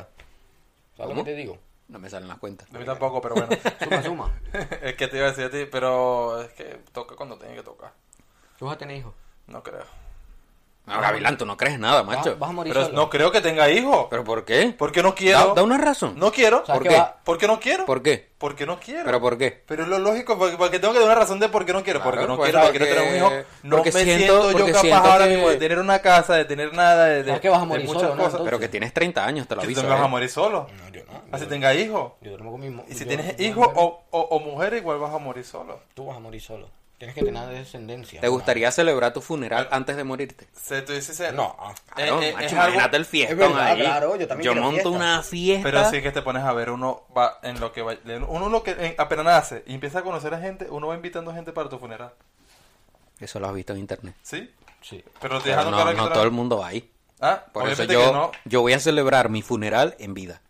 Speaker 3: ¿Sabes
Speaker 1: ¿Cómo?
Speaker 3: lo que te digo?
Speaker 1: No me salen las cuentas.
Speaker 2: a mí tampoco,
Speaker 1: [LAUGHS]
Speaker 2: pero bueno. [LAUGHS]
Speaker 3: Suma, suma.
Speaker 2: es que te iba a decir a ti, pero es que toca cuando tiene que tocar.
Speaker 3: Tú vas a tener hijos.
Speaker 2: No creo.
Speaker 1: No, Gavilán, tú no crees nada,
Speaker 3: Vas,
Speaker 1: macho.
Speaker 3: vas a morir
Speaker 2: Pero
Speaker 3: solo.
Speaker 2: no creo que tenga hijos.
Speaker 1: ¿Pero por qué?
Speaker 2: Porque no quiero.
Speaker 1: Da, da una razón.
Speaker 2: No quiero.
Speaker 3: ¿Sabes
Speaker 1: ¿por
Speaker 3: qué
Speaker 1: qué?
Speaker 3: va?
Speaker 2: Porque no quiero.
Speaker 1: ¿Por qué?
Speaker 2: Porque no quiero.
Speaker 1: ¿Pero por qué?
Speaker 2: Pero es lo lógico, porque, porque tengo que dar una razón de por qué no quiero.
Speaker 1: Claro,
Speaker 2: porque no
Speaker 1: pues,
Speaker 2: quiero, porque quiero
Speaker 1: porque-
Speaker 2: tener un hijo. No
Speaker 1: porque
Speaker 2: me siento,
Speaker 1: siento-
Speaker 2: yo
Speaker 1: porque
Speaker 2: capaz
Speaker 1: siento
Speaker 2: ahora
Speaker 1: que-
Speaker 2: mismo de tener una casa, de tener nada, de, de,
Speaker 3: ¿Sabes que vas a
Speaker 2: de
Speaker 3: morir
Speaker 2: muchas
Speaker 3: solo, no?
Speaker 2: cosas.
Speaker 1: Pero que tienes 30 años, te lo
Speaker 2: Que
Speaker 1: aviso.
Speaker 2: tú te vas
Speaker 1: ¿eh?
Speaker 2: a morir solo.
Speaker 3: No, yo no.
Speaker 2: Así
Speaker 3: yo,
Speaker 2: tenga hijos.
Speaker 3: yo duermo con mi mo-
Speaker 2: Ah, Y si
Speaker 3: yo-
Speaker 2: tienes
Speaker 3: yo-
Speaker 2: hijo o, o, o mujer, igual vas a morir solo.
Speaker 3: Tú vas a morir solo. Tienes que tener descendencia.
Speaker 1: ¿Te gustaría celebrar tu funeral antes de morirte?
Speaker 2: Se, tú dices, eh,
Speaker 3: No. ah,
Speaker 1: Claro,
Speaker 2: eh,
Speaker 1: macho,
Speaker 2: es algo-
Speaker 1: imagínate el fiestón
Speaker 3: verdad,
Speaker 1: ahí.
Speaker 3: claro, yo también quiero
Speaker 1: monto
Speaker 3: fiesta.
Speaker 1: una fiesta.
Speaker 2: Pero sí que te pones a ver, uno va en lo que va, uno lo que en- apenas nace y empieza a conocer a gente, uno va invitando gente para tu funeral,
Speaker 1: Eso lo has visto en internet.
Speaker 2: ¿sí?
Speaker 3: Sí.
Speaker 2: Pero
Speaker 1: Pero
Speaker 2: te dejando
Speaker 1: no,
Speaker 2: claro que
Speaker 1: no
Speaker 2: tú
Speaker 1: todo el mundo va ahí.
Speaker 2: Ah,
Speaker 1: Por eso
Speaker 2: obviamente
Speaker 1: yo,
Speaker 2: que no.
Speaker 1: yo voy a celebrar mi funeral en vida.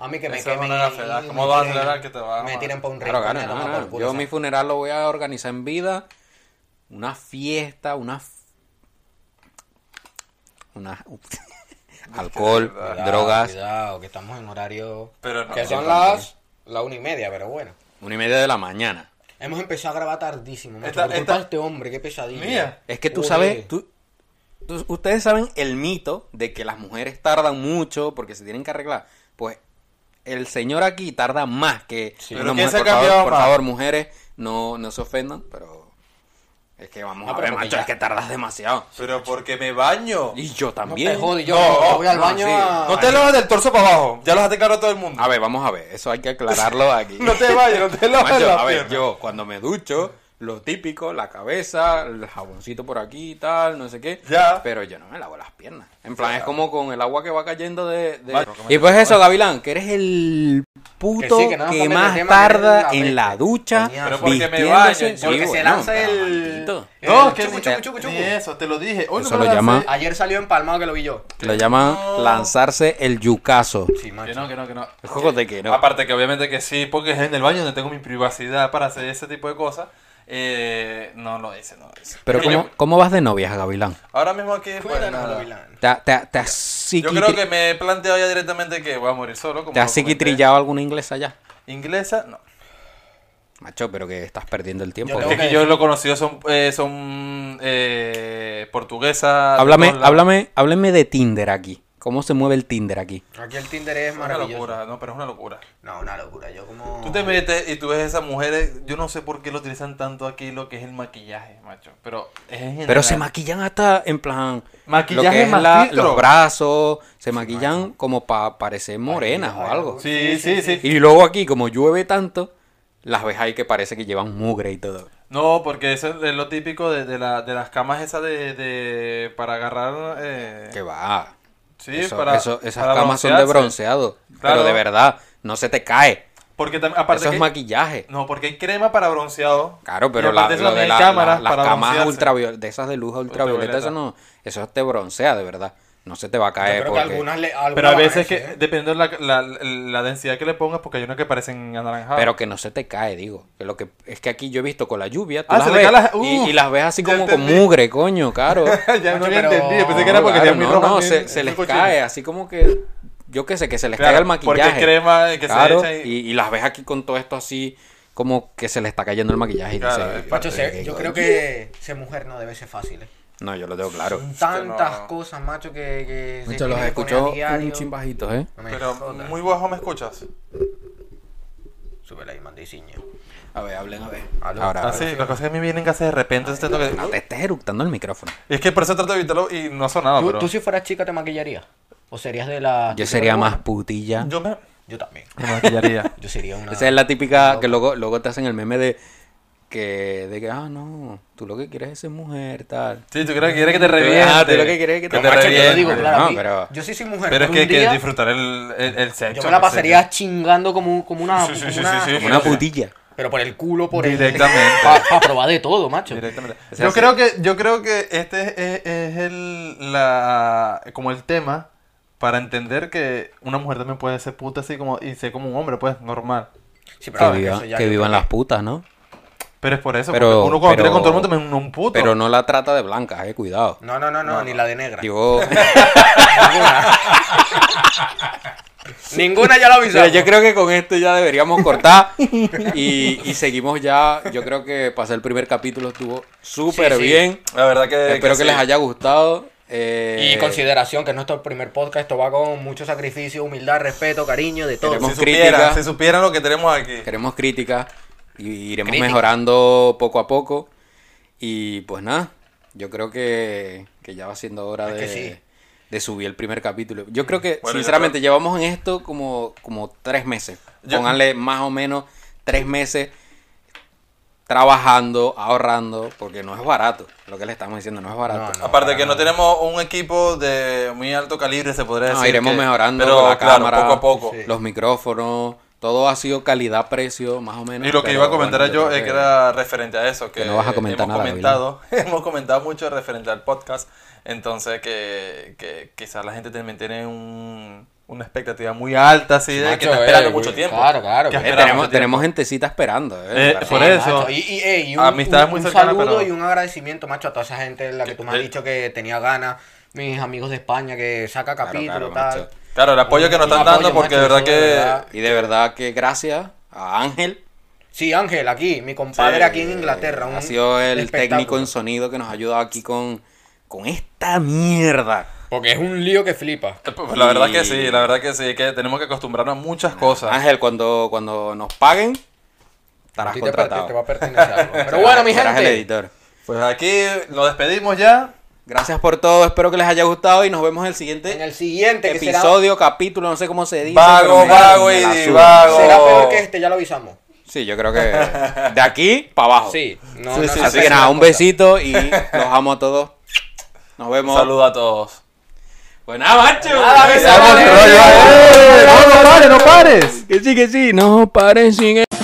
Speaker 3: A mí que me
Speaker 2: Eso es
Speaker 3: quemen
Speaker 2: una
Speaker 3: y-
Speaker 2: fealdad.
Speaker 3: y
Speaker 2: ¿Cómo
Speaker 3: me
Speaker 2: vas a
Speaker 3: tiren-
Speaker 2: celebrar que te vas a
Speaker 3: Me
Speaker 2: morir?
Speaker 3: tiran para un
Speaker 1: Claro,
Speaker 3: rincón y
Speaker 1: claro,
Speaker 3: a
Speaker 1: no,
Speaker 3: tomar
Speaker 1: no.
Speaker 3: por culo,
Speaker 1: Yo
Speaker 3: ¿sabes?
Speaker 1: mi funeral lo voy a organizar en vida. Una fiesta, una... f- Una...
Speaker 3: [LAUGHS]
Speaker 1: Alcohol,
Speaker 2: Cuidado,
Speaker 1: drogas.
Speaker 3: Cuidado, que estamos en horario.
Speaker 2: Pero no,
Speaker 3: que
Speaker 2: yo
Speaker 3: son las la una y media, pero bueno.
Speaker 1: Una y media de la mañana.
Speaker 3: Hemos empezado a grabar tardísimo. macho,
Speaker 2: Esta-
Speaker 3: por culpa
Speaker 2: esta-
Speaker 3: de este hombre, qué pesadilla.
Speaker 2: Mía.
Speaker 1: Es que tú
Speaker 3: Joder.
Speaker 1: sabes, tú- tú- ustedes saben el mito de que las mujeres tardan mucho porque se tienen que arreglar. Pues el señor aquí tarda más que
Speaker 2: Pero
Speaker 1: una
Speaker 2: ¿quién
Speaker 1: mujer.
Speaker 2: se ha
Speaker 1: Por favor,
Speaker 2: cambiado
Speaker 1: por
Speaker 2: más?
Speaker 1: favor, mujeres, no, no se ofendan, pero es que vamos
Speaker 3: No,
Speaker 1: a
Speaker 3: pero
Speaker 1: ver,
Speaker 3: porque
Speaker 1: macho,
Speaker 3: ya-
Speaker 1: es que tardas demasiado.
Speaker 2: Pero porque me baño.
Speaker 1: Y yo
Speaker 3: No
Speaker 1: también.
Speaker 3: te jodas, yo
Speaker 2: No,
Speaker 3: me voy al
Speaker 1: no,
Speaker 3: baño
Speaker 1: sí.
Speaker 3: a-
Speaker 2: No te lo vas del torso para abajo, ya lo has declarado a todo el mundo.
Speaker 1: A ver, vamos a ver, eso hay que aclararlo aquí.
Speaker 2: [LAUGHS] No te vayas, no te lo
Speaker 1: Macho,
Speaker 2: hagas la
Speaker 1: a ver,
Speaker 2: pierna.
Speaker 1: yo cuando me ducho, lo típico, la cabeza, el jaboncito por aquí y tal, no sé qué.
Speaker 2: Ya.
Speaker 1: Pero yo no me lavo las piernas. En plan, es como con el agua que va cayendo de... de-
Speaker 2: Macho,
Speaker 1: Y pues eso, Gavilán, que eres el puto
Speaker 3: Que
Speaker 1: que,
Speaker 3: sí, que nada más cambia el
Speaker 1: más
Speaker 3: tema,
Speaker 1: tarda
Speaker 3: que eres la
Speaker 1: en la
Speaker 3: bestia.
Speaker 1: ducha.
Speaker 3: Coñazo. Pero
Speaker 2: porque me
Speaker 1: vistiéndose.
Speaker 2: baño,
Speaker 1: Sí,
Speaker 3: porque se
Speaker 1: bueno,
Speaker 3: lanza
Speaker 1: pero
Speaker 3: el.
Speaker 1: maldito.
Speaker 3: el
Speaker 2: No, que
Speaker 3: chucu,
Speaker 2: mucho,
Speaker 3: chucu,
Speaker 2: mucho,
Speaker 3: chucu,
Speaker 2: mucho.
Speaker 3: chucu.
Speaker 2: Eso, te lo dije. Hoy no
Speaker 1: Eso
Speaker 2: me
Speaker 1: lo
Speaker 2: hagas
Speaker 1: llama-
Speaker 2: hacer-
Speaker 3: Ayer salió empalmado que lo vi yo.
Speaker 1: Lo llaman lanzarse el yucazo.
Speaker 3: Sí,
Speaker 2: Que
Speaker 3: macho.
Speaker 2: no, que no, que no.
Speaker 1: El juego de que no.
Speaker 2: Aparte que obviamente que sí, porque es en el baño donde tengo mi privacidad para hacer ese tipo de cosas. Eh, no lo hice, no lo hice.
Speaker 1: Pero
Speaker 2: Porque
Speaker 1: ¿cómo, ¿cómo vas de novias, Gavilán?
Speaker 2: yo- ahora mismo aquí... pues,
Speaker 3: Cuídanos,
Speaker 2: nada.
Speaker 3: Gavilán.
Speaker 1: ¿Te, te, te has
Speaker 2: Yo creo
Speaker 1: psiquitri-
Speaker 2: que me he planteado ya directamente que voy a morir solo. Como
Speaker 1: ¿Te has
Speaker 2: lo comenté.
Speaker 1: psiquitrillado alguna inglesa ya?
Speaker 2: Inglesa, no.
Speaker 1: Macho, pero que estás perdiendo el tiempo.
Speaker 3: Yo tengo
Speaker 2: Es
Speaker 1: ¿no?
Speaker 3: que-
Speaker 2: que yo lo conocido son, eh, son eh, portuguesas. de
Speaker 1: Háblame,
Speaker 2: todos lados.
Speaker 1: háblame, háblame de Tinder aquí. ¿Cómo se mueve el Tinder aquí?
Speaker 3: Aquí el Tinder es
Speaker 2: Es una
Speaker 3: maravilloso.
Speaker 2: locura, no, pero es una locura.
Speaker 3: No, una locura. Yo como.
Speaker 2: Tú te metes y tú ves esas mujeres, yo no sé por qué lo utilizan tanto aquí lo que es el maquillaje, macho, pero es en
Speaker 1: Pero
Speaker 2: general.
Speaker 1: se maquillan hasta en plan.
Speaker 2: Maquillaje
Speaker 1: lo que es
Speaker 2: más
Speaker 1: la-
Speaker 2: filtro.
Speaker 1: los brazos, se maquillan como para parecer morenas o algo.
Speaker 2: Sí, sí, sí.
Speaker 1: Y luego aquí, como llueve tanto, las ves ahí que parece que llevan mugre y todo.
Speaker 2: No, porque eso es lo típico de, de, la, de las camas esas de, de para agarrar. eh,
Speaker 1: Que va.
Speaker 2: sí,
Speaker 1: Eso-
Speaker 2: para,
Speaker 1: eso- esas
Speaker 2: para
Speaker 1: camas son de
Speaker 2: broncearse.
Speaker 1: bronceado.
Speaker 2: Claro.
Speaker 1: Pero de verdad, no se te cae.
Speaker 2: Porque también, aparte
Speaker 1: eso
Speaker 2: que-
Speaker 1: es maquillaje.
Speaker 2: No, porque hay crema para bronceado.
Speaker 1: Claro,
Speaker 2: Y
Speaker 1: pero la,
Speaker 2: aparte eso
Speaker 1: lo
Speaker 2: también
Speaker 1: de
Speaker 2: hay
Speaker 1: la-
Speaker 2: cámaras
Speaker 1: la- las
Speaker 2: para
Speaker 1: camas
Speaker 2: broncearse.
Speaker 1: ultravioleta, de esas de luz ultravioleta, eso no, eso te broncea de verdad. No se te va a
Speaker 3: Yo
Speaker 1: caer
Speaker 3: creo que
Speaker 1: porque
Speaker 3: algunas le. algunas
Speaker 2: Pero a
Speaker 3: van
Speaker 2: veces
Speaker 3: eso,
Speaker 2: que,
Speaker 3: ¿eh?
Speaker 2: dependiendo de la, la, la densidad que le pongas, porque hay unas que parecen anaranjadas.
Speaker 1: pero que no se te cae, digo. Que lo que es que aquí yo he visto con la lluvia, tú
Speaker 2: Ah,
Speaker 1: las
Speaker 2: se te
Speaker 1: ves
Speaker 2: caen las-
Speaker 1: y-
Speaker 2: ¡Uf!
Speaker 1: y, las ves así
Speaker 2: Ya
Speaker 1: como con
Speaker 2: entendí.
Speaker 1: mugre, coño, claro.
Speaker 2: [LAUGHS] ya no
Speaker 3: Macho,
Speaker 2: había
Speaker 3: pero-
Speaker 2: entendido, pensé que era porque
Speaker 1: claro,
Speaker 2: tenía mi
Speaker 1: no,
Speaker 2: ropa
Speaker 1: no,
Speaker 2: bien-
Speaker 1: se, se
Speaker 2: bien
Speaker 1: les
Speaker 2: cochina.
Speaker 1: cae así como que yo qué sé, que se les
Speaker 2: Claro,
Speaker 1: caiga el maquillaje.
Speaker 2: porque crema que se
Speaker 1: Claro,
Speaker 2: echa y-
Speaker 1: y, y las ves aquí con todo esto así como que se le está cayendo el maquillaje. y
Speaker 2: Claro,
Speaker 1: dice,
Speaker 2: es
Speaker 3: Macho,
Speaker 2: parte
Speaker 1: "Oye,
Speaker 3: se-
Speaker 1: qué
Speaker 3: yo
Speaker 1: coño".
Speaker 3: creo que ser mujer no debe ser fácil, ¿eh?
Speaker 1: No, yo lo tengo claro.
Speaker 3: Tantas
Speaker 2: no.
Speaker 3: cosas, macho, que, que se
Speaker 1: Muchos los
Speaker 3: tiene que poner
Speaker 1: escucho
Speaker 3: a diario.
Speaker 1: un chin bajitos, ¿eh?
Speaker 3: No me
Speaker 2: Pero
Speaker 3: jodas.
Speaker 2: muy bajo me escuchas.
Speaker 3: Súbele ahí, mandiciña.
Speaker 1: A ver, hablen, a ver.
Speaker 3: Aló.
Speaker 1: Ahora,
Speaker 2: Ah, sí, la cosa es que a mí vienen casi de repente. entonces tengo que-
Speaker 1: no te estés eructando el micrófono.
Speaker 2: Y es que por eso trato de evitarlo y no ha sonado,
Speaker 3: ¿Tú,
Speaker 2: Ah, pero.
Speaker 3: tú si fueras chica te maquillarías? ¿O serías de la...
Speaker 1: Yo sería más
Speaker 3: alguna?
Speaker 1: putilla.
Speaker 2: Yo me,
Speaker 3: Yo también.
Speaker 2: me maquillaría.
Speaker 3: Yo sería una...
Speaker 1: Esa es la típica que luego, luego te hacen el meme de que, de que, ah, no, tú lo que quieres es ser mujer, tal.
Speaker 2: [LAUGHS] Sí, tú crees que quieres que te reviente.
Speaker 1: Ah, tú lo que quieres es que te-
Speaker 3: No,
Speaker 1: te
Speaker 3: macho, yo
Speaker 1: revientas,
Speaker 3: lo digo, claro,
Speaker 1: no,
Speaker 3: a mí-
Speaker 1: pero-
Speaker 3: Yo sí soy mujer,
Speaker 2: Pero es
Speaker 3: un
Speaker 2: que hay que
Speaker 3: día
Speaker 2: disfrutar el, el, el sexo.
Speaker 3: Yo me la
Speaker 2: no sé
Speaker 3: pasaría
Speaker 2: qué.
Speaker 3: chingando como, como una...
Speaker 2: Sí, sí,
Speaker 3: como
Speaker 2: sí,
Speaker 3: una-
Speaker 2: sí, sí.
Speaker 1: Como una
Speaker 3: [LAUGHS]
Speaker 1: putilla.
Speaker 3: Pero por el culo, por [LAUGHS]
Speaker 2: Directamente.
Speaker 3: el... Para probar de todo, macho.
Speaker 2: Directamente.
Speaker 1: O sea,
Speaker 2: Yo
Speaker 1: sí.
Speaker 2: creo que, yo creo que este es, es- es el, la, como el tema para entender que una mujer también puede ser puta así como, y ser como un hombre, pues, normal.
Speaker 3: Sí, pero
Speaker 1: Que,
Speaker 3: bueno,
Speaker 1: viva-
Speaker 3: eso ya
Speaker 1: que
Speaker 3: yo
Speaker 1: vivan
Speaker 3: creo
Speaker 1: las putas, ¿no?
Speaker 2: Pero es por eso,
Speaker 1: Pero-
Speaker 2: porque uno
Speaker 1: pero-
Speaker 2: cuando quiere con todo el mundo también es un puto.
Speaker 1: Pero no la trata de blancas, eh, cuidado.
Speaker 3: que- No, no, no, no, ni la de negra. [LAUGHS]
Speaker 1: Digo, [LAUGHS]
Speaker 3: Ninguna ya la
Speaker 1: Mira,
Speaker 3: avisamos.
Speaker 1: yo creo que con esto ya deberíamos
Speaker 3: [LAUGHS]
Speaker 1: cortar y, y seguimos ya. Yo creo que pasé el primer capítulo, estuvo súper
Speaker 3: Sí, sí.
Speaker 1: bien.
Speaker 2: La verdad que...
Speaker 1: Espero que,
Speaker 2: sí.
Speaker 1: les haya gustado. eh,
Speaker 3: Y consideración que es nuestro primer podcast, esto va con mucho sacrificio, humildad, respeto, cariño, de todo.
Speaker 1: Queremos-
Speaker 2: Si supieran,
Speaker 1: críticas.
Speaker 2: si supieran lo que tenemos aquí.
Speaker 1: queremos críticas y iremos
Speaker 3: Crítica.
Speaker 1: mejorando poco a poco. Y pues nada, yo creo que, que ya va siendo hora
Speaker 3: Es
Speaker 1: de,
Speaker 3: que sí.
Speaker 1: de subir el primer capítulo. Yo creo que,
Speaker 2: Bueno, yo
Speaker 1: sinceramente, llevamos en esto como, como tres meses.
Speaker 2: Yo-
Speaker 1: Pónganle más o menos tres meses trabajando, ahorrando, porque no es barato. Lo que le estamos diciendo no es barato. Ah,
Speaker 3: No,
Speaker 2: Aparte que no tenemos un equipo de muy alto calibre, se podría
Speaker 1: No,
Speaker 2: decir.
Speaker 1: iremos
Speaker 2: que-
Speaker 1: mejorando
Speaker 2: pero,
Speaker 1: la
Speaker 2: claro,
Speaker 1: cámara,
Speaker 2: poco a poco.
Speaker 3: Sí.
Speaker 1: los micrófonos, todo ha sido calidad-precio, más o menos.
Speaker 2: Y lo que
Speaker 1: pero
Speaker 2: iba a comentar
Speaker 1: bueno,
Speaker 2: yo
Speaker 1: creo
Speaker 2: es que era referente a eso, que,
Speaker 1: que no vas a comentar
Speaker 2: hemos
Speaker 1: nada,
Speaker 2: comentado, [LAUGHS] hemos comentado mucho referente al podcast, entonces que, que quizás la gente también tiene un, una expectativa muy alta así de que
Speaker 3: Macho,
Speaker 2: está esperando
Speaker 3: eh,
Speaker 2: mucho
Speaker 3: güey,
Speaker 2: tiempo.
Speaker 3: claro, claro,
Speaker 2: Que
Speaker 3: güey.
Speaker 1: Eh,
Speaker 2: esperaba
Speaker 1: tenemos,
Speaker 2: mucho tiempo.
Speaker 1: tenemos gentecita esperando,
Speaker 2: Eh,
Speaker 1: ¿eh? Para-
Speaker 2: por
Speaker 3: Sí,
Speaker 2: eso.
Speaker 3: macho, Y, y, ey, y un,
Speaker 2: Amistades
Speaker 3: un-
Speaker 2: muy
Speaker 3: un
Speaker 2: cercanas,
Speaker 3: saludo
Speaker 2: pero-
Speaker 3: y un agradecimiento, macho, a toda esa gente la que tú me has
Speaker 2: Eh,
Speaker 3: dicho que tenía ganas, mis amigos de España que saca
Speaker 1: Claro,
Speaker 3: capítulo,
Speaker 1: claro,
Speaker 3: tal.
Speaker 1: macho.
Speaker 2: Claro, el apoyo que nos
Speaker 3: Un
Speaker 2: están
Speaker 3: apoyo,
Speaker 2: dando, porque de
Speaker 3: macho,
Speaker 2: verdad
Speaker 3: eso de
Speaker 2: que...
Speaker 3: verdad.
Speaker 1: Y de verdad que gracias a Ángel.
Speaker 3: Sí, Ángel, aquí, mi compadre
Speaker 2: Sí,
Speaker 3: aquí en Inglaterra.
Speaker 1: eh,
Speaker 3: un
Speaker 1: ha sido el
Speaker 3: espectáculo.
Speaker 1: técnico en sonido que nos ha ayudado aquí con, con esta mierda.
Speaker 3: Porque es un lío que flipa.
Speaker 2: pues, La verdad que sí, la verdad que sí, que tenemos que acostumbrarnos a muchas cosas.
Speaker 1: Ángel, cuando, cuando nos paguen,
Speaker 3: A
Speaker 1: estarás
Speaker 3: ti te,
Speaker 1: contratado.
Speaker 3: per- te va a
Speaker 1: [LAUGHS]
Speaker 3: pertenecer algo. Pero bueno, mi
Speaker 1: Serás el
Speaker 3: gente.
Speaker 1: editor.
Speaker 2: Pues aquí nos despedimos ya.
Speaker 1: Gracias por todo, espero que les haya gustado y nos vemos en el
Speaker 3: En
Speaker 1: siguiente
Speaker 3: el siguiente, que será,
Speaker 1: episodio, capítulo, no sé cómo se dice.
Speaker 2: Vago,
Speaker 1: pero me la-
Speaker 2: vago
Speaker 1: me
Speaker 2: y
Speaker 1: la suda.
Speaker 2: divago.
Speaker 3: será peor que este, ya lo avisamos.
Speaker 1: Sí, yo creo que de aquí para abajo.
Speaker 3: Sí, no,
Speaker 2: Sí,
Speaker 3: no,
Speaker 2: sí,
Speaker 3: no,
Speaker 2: sí.
Speaker 1: Así
Speaker 3: no,
Speaker 1: que nada,
Speaker 3: no,
Speaker 1: un besito y los amo a todos. Nos vemos.
Speaker 2: Saludos a todos.
Speaker 1: Pues nada, macho.
Speaker 3: Nada, que se
Speaker 1: Ya
Speaker 3: haga
Speaker 1: hemos
Speaker 3: lento.
Speaker 1: rollo.
Speaker 2: ¡Eh! no pares, no pares!
Speaker 1: Que sí, que sí, no paren sin...